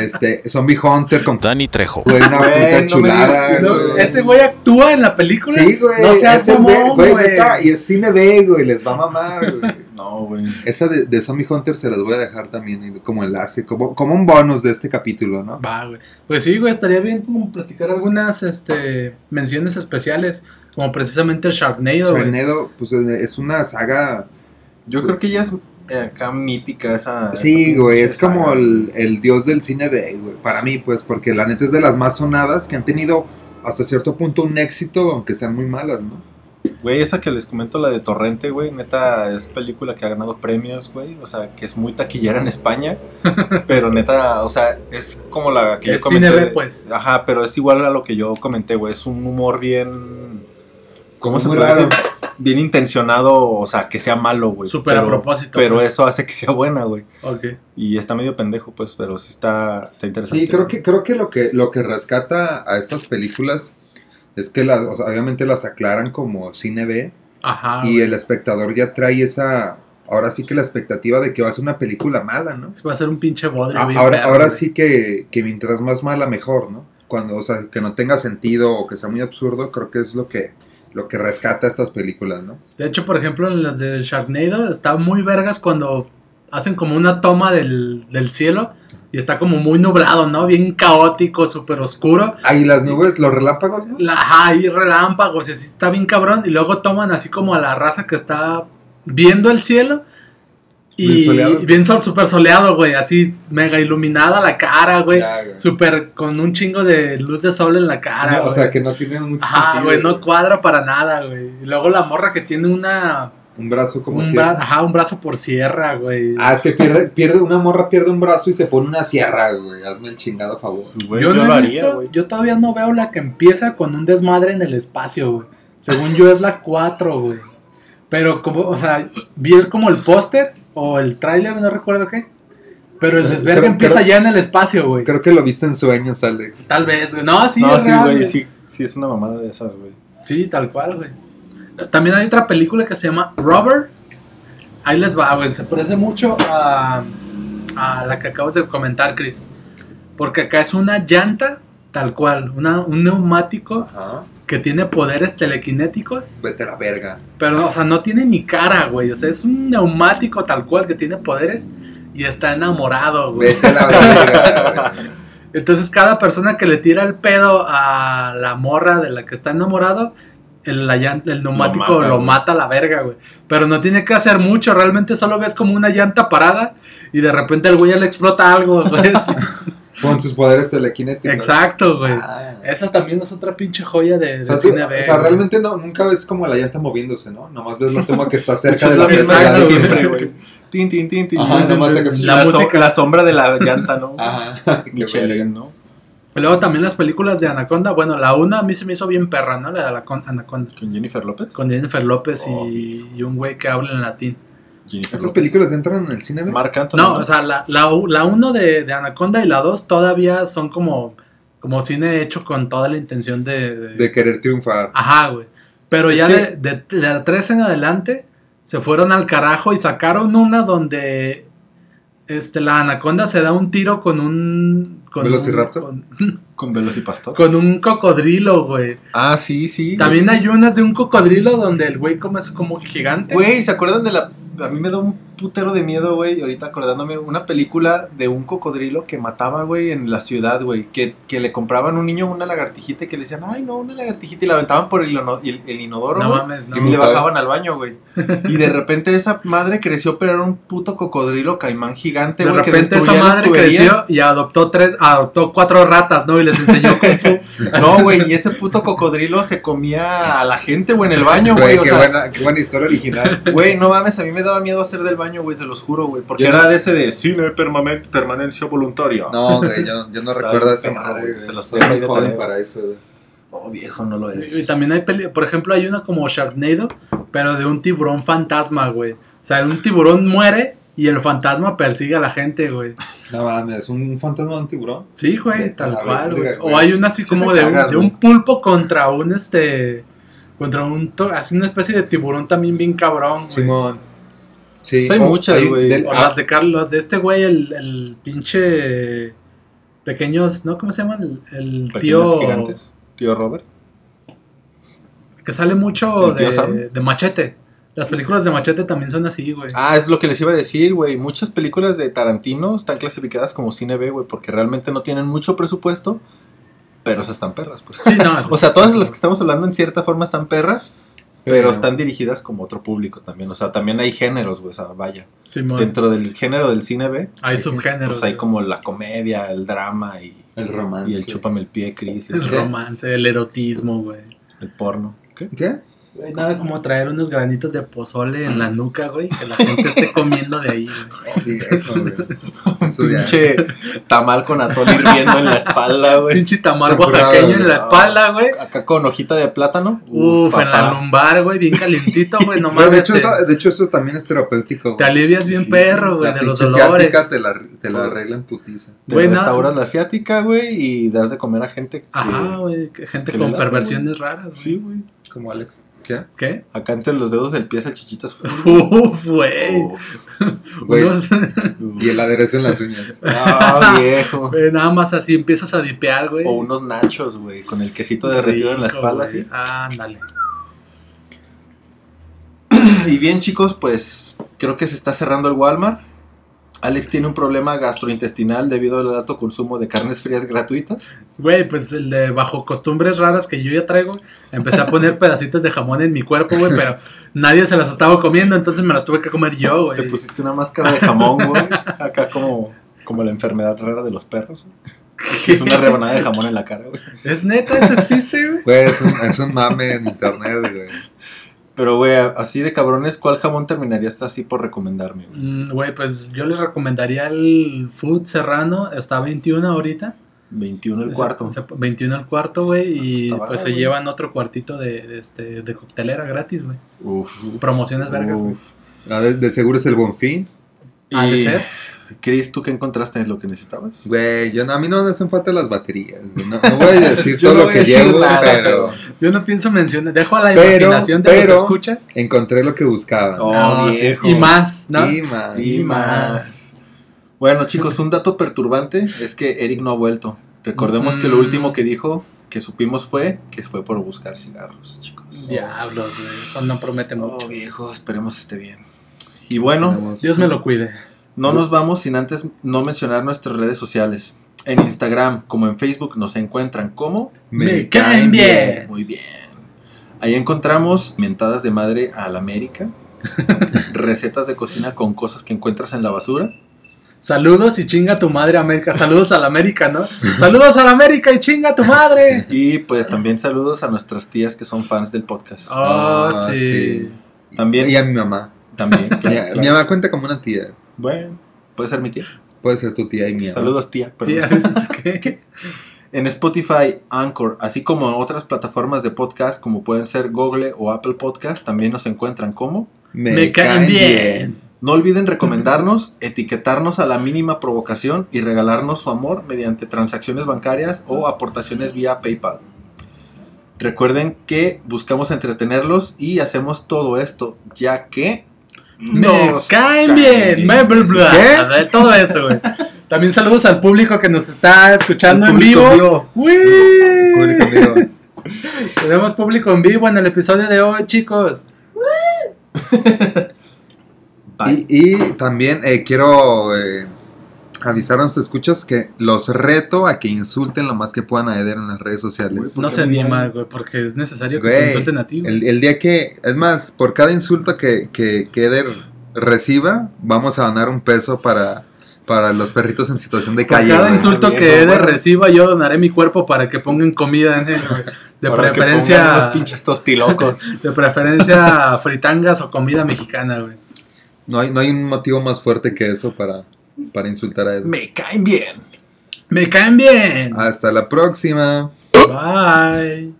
C: este, Zombie Hunter con.
F: Dani Trejo.
C: Fue una
A: Güey, no
C: puta
A: me
C: chulada.
A: digas- no,
C: güey.
G: Ese güey actúa en la película.
C: Sí, güey.
G: No seas
C: es el
G: mamón,
C: B, güey.
G: güey.
C: neta, y es cine B, güey. Les va a mamar, güey.
A: No, güey.
C: Esa de, de Zombie Hunter se las voy a dejar también en- como enlace, como, como un bonus de este capítulo, ¿no?
G: Va, güey. Pues sí, güey, estaría bien como platicar algunas este, menciones especiales, como precisamente el Sharknado, güey.
C: Sharknado, pues eh, es una saga.
A: Yo creo que ya es eh, acá mítica esa.
C: Sí,
A: esa
C: güey,
A: pinche
C: es como
A: saga.
C: el, el dios del cine B, güey. Para mí, pues, porque la neta es de las más sonadas que han tenido hasta cierto punto un éxito, aunque sean muy malas, ¿no?
A: Güey, esa que les comento, la de Torrente, güey, neta, es película que ha ganado premios, güey, o sea, que es muy taquillera en España, pero neta, o sea, es como la que
G: Es
A: yo comenté. Ah,
G: cine B,
A: de-
G: pues.
A: Ajá, pero es igual a lo que yo comenté, güey, es un humor bien... ¿Cómo se
C: Muy
A: puede
C: raro.
A: decir? Bien intencionado, o sea, que sea malo, güey.
G: Súper a
A: pero-
G: propósito,
A: Pero
G: pues.
A: eso hace que sea buena, güey.
G: Ok.
A: Y está medio pendejo, pues, pero sí está, está interesante.
C: Sí, creo
A: güey.
C: que, creo que lo que lo que rescata a estas películas es que las, o sea, obviamente las aclaran como cine B
G: Ajá.
C: y
G: Ah, güey.
C: el espectador ya trae esa, ahora sí que la expectativa de que va a ser una película mala, ¿no?
G: Va a ser un pinche bodrio.
C: A-
G: bien
C: Ah, ahora,
G: perro,
C: ahora
G: güey.
C: sí que, que mientras más mala, mejor, ¿no? Cuando, o sea, que no tenga sentido o que sea muy absurdo, creo que es lo que, lo que rescata estas películas, ¿no?
G: De hecho, por ejemplo, en las de Sharknado está muy vergas cuando hacen como una toma del, del cielo y está como muy nublado, ¿no? Bien caótico, súper oscuro.
C: Ah, y las nubes, los relámpagos, ¿no?
G: La, ajá, y relámpagos, y así está bien cabrón. Y luego toman así como a la raza que está viendo el cielo. Y
C: Bien soleado.
G: bien sol, súper soleado, güey. Así mega iluminada la cara, güey.
C: Ya, güey.
G: Súper con un chingo de luz de sol en la cara.
C: No, o
G: güey.
C: sea, que no tiene mucho
G: Ajá,
C: sentido,
G: güey, no cuadra para nada, güey. Y luego la morra que tiene una.
C: Un brazo como
G: un,
C: si...
G: bra- ajá, un brazo por sierra, güey.
C: Ah, es que pierde, pierde, una morra pierde un brazo y se pone una sierra, güey. Hazme el chingado favor.
A: Pues, Güey,
G: yo no
A: lo
G: he
A: haría,
G: visto,
A: güey.
G: yo todavía no veo la que empieza con un desmadre en el espacio, güey. Según yo es la 4, güey. Pero como, o sea, vi el- como el póster o el tráiler, no recuerdo qué. Pero el
C: Eh,
G: desvergue
C: creo-
G: empieza
C: creo-
G: ya en el espacio, güey.
C: Creo que lo viste en sueños, Alex.
G: Tal vez, güey. No, sí,
A: No,
G: es
A: sí,
G: real,
A: güey,
G: güey.
A: sí, sí, es una mamada de esas, güey.
G: Sí, tal cual, güey. También hay otra película que se llama Robert. Ahí les va, güey. Se parece mucho a, a la que acabas de comentar, Chris. Porque acá es una llanta, tal cual. Una, un neumático
C: Ajá.
G: que tiene poderes telequinéticos.
C: Vete a la verga.
G: Pero, o sea, no tiene ni cara, güey. O sea, es un neumático tal cual que tiene poderes y está enamorado, güey.
C: Vete a la verga. güey.
G: Entonces cada persona que le tira el pedo a la morra de la que está enamorado, el, la llan- el neumático lo mata,
A: mata, güey.
G: a la verga, güey. Pero no tiene que hacer mucho, realmente solo ves como una llanta parada y de repente el güey ya le explota algo, güey. Sí,
C: Con sus poderes telequinéticos.
G: Exacto, güey.
C: Ah.
G: Esa también es otra pinche joya de, de
C: O sea, tú-
G: cine B,
C: o sea,
G: güey.
C: realmente no, nunca ves como la llanta moviéndose, ¿no? Nomás ves la toma que está
A: De
C: cerca
A: hecho,
C: de
A: es
C: la
A: la misma
C: mesa.
A: llanta
C: güey.
A: siempre, güey. Tin, tin, tin, tin.
C: Ajá,
A: tin,
C: nomás
A: tin,
C: de que-
A: tin.
G: La
A: La, so-
G: música.
A: la sombra de la llanta, ¿no?
C: Ajá. Qué verga.
A: Michelin, ¿no?
G: Y Luego también las películas de Anaconda. Bueno, la una a mí se me hizo bien perra, ¿no? La de Anacon- Anaconda.
A: ¿Con Jennifer López?
G: Con Jennifer López y-
A: Oh.
G: y un güey que habla en latín.
A: Jennifer
C: ¿Esas
A: López.
C: películas entran en el cine? güey?
A: Marc Anthony.
G: No, o sea, la, la, u- la 1 de, de Anaconda y la 2 todavía son como, como cine hecho con toda la intención de... de-
C: De querer triunfar.
G: Ajá, güey. Pero
A: Es
G: ya
A: que-
G: de, de, de la 3 en adelante se fueron al carajo y sacaron una donde este, la Anaconda se da un tiro con un... Con un-
C: ¿Velociraptor?
G: con,
A: Con Velocipastor.
G: con un cocodrilo, güey.
A: Ah, sí, sí.
G: También hay unas de un cocodrilo donde el güey como es como gigante.
A: Güey, ¿se acuerdan de la.? A mí me da un putero de miedo, güey. Ahorita acordándome, una película de un cocodrilo que mataba, güey, en la ciudad, güey. Que, que le compraban a un niño una lagartijita y que le decían, ay, no, una lagartijita. Y la aventaban por el, ino- el- el inodoro,
G: No
A: güey,
G: mames, no.
A: Y le bajaban al baño, güey. Y de repente esa madre creció, pero era un puto cocodrilo caimán gigante,
G: De
A: este güey. que
G: repente esa
A: destruía las
G: madre
A: tuberías.
G: creció y adoptó tres, adoptó cuatro ratas, ¿no? Y les enseñó Kung Fu.
A: No, güey, y ese puto cocodrilo se comía a la gente, güey, en el baño,
C: Güey,
A: güey. O
C: qué,
A: sea,
C: buena, qué buena historia original.
A: Güey, no mames, a mí me daba miedo hacer del baño, güey, se los juro, güey. Porque
C: Yo-
A: era de ese de cine permanen- permanencia voluntaria.
C: No, güey, yo, yo no
A: Está
C: recuerdo
A: bien
C: esa
A: perro,
C: madre.
A: güey,
C: güey.
A: se los
C: Soy
A: doy
C: muy
A: de
C: joven
A: tarea.
C: para eso, güey.
A: Oh, viejo, no lo
G: Y también hay, peli- por ejemplo, hay una como Sharknado, pero de un tiburón fantasma, güey. O sea, un tiburón muere y el fantasma persigue a la gente, güey.
C: No mames, un fantasma de un tiburón.
G: Sí, güey,
C: Vete a
G: tal
C: la
G: cual, güey.
C: verga, güey.
G: O hay una así
A: Sí
G: como
A: te
G: de, un-
A: cagas,
G: de un,
A: güey.
G: pulpo contra un, este, contra un, to- así una especie de tiburón también bien cabrón, güey.
C: Simón. Sí,
A: Pues hay
C: o-
A: muchas,
C: hay-
A: güey.
C: del-
G: O
C: ah,
G: las de Carlos, de este güey, el, el pinche pequeños, ¿no? ¿Cómo se llaman? El, el tío
A: gigantes. Tío Robert.
G: que sale mucho
A: ¿El tío
G: de,
A: Sam?
G: de Machete. Las películas de Machete también son así, güey.
A: Ah, es lo que les iba a decir, güey. Muchas películas de Tarantino están clasificadas como cine B, güey, porque realmente no tienen mucho presupuesto, pero esas están perras, pues.
G: Sí, no, es-
A: O sea, todas las que estamos hablando en cierta forma están perras, pero
C: Pero-
A: están dirigidas como otro público también. O sea, también hay géneros, güey. O sea, vaya.
G: Simón,
A: Dentro del género del cine B,
G: hay subgéneros.
A: pues hay
G: güey.
A: como la comedia, el drama y
C: El romance.
A: Y el chúpame el pie, Chris. y
G: el
A: eso,
G: romance, el erotismo, güey.
A: El porno. ¿Qué?
C: ¿Qué?
G: Güey, Nada como traer unos granitos de pozole en la nuca, güey, que la gente esté comiendo de ahí. güey.
C: Oh, viejo, güey. Eso ya.
A: Pinche tamal con atol hirviendo en la espalda, güey.
G: Pinche tamar
C: Champurrado,
G: oaxaqueño en
C: güey.
G: la espalda, güey.
A: Acá con hojita de plátano.
G: Uf, en la
A: papá.
G: lumbar, güey, bien calientito, güey, no
C: Güey, de,
G: mames.
C: hecho,
G: te-
C: eso, de hecho, eso también es terapéutico.
G: Te
C: güey.
G: alivias bien
A: eh, Sí,
G: perro, güey,
C: La
G: de los
C: pinche
G: dolores.
C: ciática te la, te la arreglan putiza.
A: Te
G: Güey, nada.
A: restauras la asiática, güey, y das de comer a gente que...
G: Ajá, güey, que gente
A: que le
G: con
A: late,
G: perversiones raras, güey.
A: Sí, güey.
C: Como Alex. ¿Qué?
G: ¿Qué?
A: Acá entre los dedos del pie salchichitas.
G: Uf, güey.
A: Uf.
C: Güey,
G: Unos-
C: Y el aderezo en las uñas.
A: Ah, viejo.
G: güey, nada más así empiezas a dipear, güey.
A: O unos nachos, güey, con el quesito derretido en la
G: Rico, güey.
A: espalda, así.
G: Ándale.
A: Y bien, chicos, pues creo que se está cerrando el Walmart. Alex tiene un problema gastrointestinal debido al alto consumo de carnes frías gratuitas.
G: Güey, pues le- bajo costumbres raras que yo ya traigo, empecé a poner pedacitos de jamón en mi cuerpo, güey, pero nadie se las estaba comiendo, entonces me las tuve que comer yo, güey.
A: Te pusiste una máscara de jamón, güey. Acá como, como la enfermedad rara de los perros. güey. Que Es una rebanada de jamón en la cara, güey.
G: ¿Es neta? ¿Eso existe, güey?
C: Güey, es un, es un mame en internet, güey.
A: Pero, güey, así de cabrones, ¿cuál jamón terminarías así por recomendarme, güey?
G: Mm, Güey, pues yo les recomendaría el Food Serrano, está a 21 ahorita.
A: 21 el
G: Se-
A: cuarto. Ah,
G: se- 21 al cuarto, güey, y
A: está
G: pues
A: barato,
G: se
A: güey.
G: llevan otro cuartito de, de, este, de coctelera gratis, güey.
A: Uf.
G: Promociones vergas, güey.
A: Uf.
C: Ah, De, de seguro es el Bonfín.
G: Ha de
A: Uh. Y-
G: ser.
A: Chris, ¿tú qué encontraste lo que necesitabas?
C: Güey, yo, no- a mí no me hacen falta las baterías. güey. No, no voy a decir
A: Yo
C: todo
A: no
C: lo
A: voy a
C: que
A: decir
C: llevo,
A: nada,
C: pero
G: Yo no pienso mencionar, dejo a la
C: Pero-
G: imaginación de
C: pero-
G: los escuchas. Ah,
C: encontré lo que buscaba.
A: Oh,
G: No, sí,
A: viejo.
G: Y más, ¿no?
C: Y más.
A: Y más. Bueno, chicos, un dato perturbante es que Eric no ha vuelto. Recordemos que lo
G: Mm.
A: último que dijo, que supimos fue que fue por buscar cigarros, chicos.
G: Diablos, güey, eso no promete
A: Oh,
G: mucho.
A: viejo, esperemos esté bien. Y bueno,
C: Tenemos-
G: Dios me lo cuide.
A: no nos vamos sin antes no mencionar nuestras redes sociales. En Instagram como en Facebook nos encuentran como
G: Me caen bien.
A: Muy bien. Ahí encontramos mentadas de madre al América, recetas de cocina con cosas que encuentras en la basura.
G: Saludos y chinga tu madre América. Saludos a la América, ¿no? Saludos a la América y chinga tu madre.
A: Y pues también saludos a nuestras tías que son fans del podcast.
G: Oh,
C: Ah,
G: sí.
C: sí.
A: También,
C: Y a mi mamá.
A: también. claro,
C: Mi,
A: claro.
C: mi mamá cuenta como una tía.
A: Bueno, puede ser mi tía.
C: Puede ser tu tía y mía.
A: Saludos, tía. perdón.
G: Tía, ¿es que?
A: En Spotify, Anchor, así como en otras plataformas de podcast como pueden ser Google o Apple Podcast, también nos encuentran como.
G: Me caen bien.
A: No olviden recomendarnos, etiquetarnos a la mínima provocación y regalarnos su amor mediante transacciones bancarias o aportaciones vía PayPal. Recuerden que buscamos entretenerlos y hacemos todo esto, ya que...
G: Me
A: nos
G: caen bien. Me bla, bla.
A: ¿Qué?
G: A ver, Todo eso, güey. También saludos al público que nos está escuchando en vivo. Uy.
C: Público amigo.
G: Tenemos público en vivo en el episodio de hoy, chicos.
A: Bye.
C: Y, y también eh, quiero eh, avisar a los escuchas que los reto a que insulten lo más que puedan a Eder en las redes sociales.
G: No se anima, güey, porque es necesario que te
C: Güey,
G: insulten a ti. güey.
C: El, el día que, es más, por cada insulto que, que, que Eder reciba, vamos a donar un peso para, para los perritos en situación de
G: Por
C: calle.
G: cada
C: güey.
G: insulto
A: viejo,
G: que Eder
A: bueno.
G: reciba, yo donaré mi cuerpo para que pongan comida en él. güey. De
A: Para que pongan
G: preferencia,
A: unos pinches tostilocos.
G: de preferencia fritangas o comida mexicana, güey.
C: No, hay, no hay un motivo más fuerte que eso para, para insultar a Eder.
A: Me caen bien.
G: Me caen bien.
C: Hasta la próxima.
G: Bye.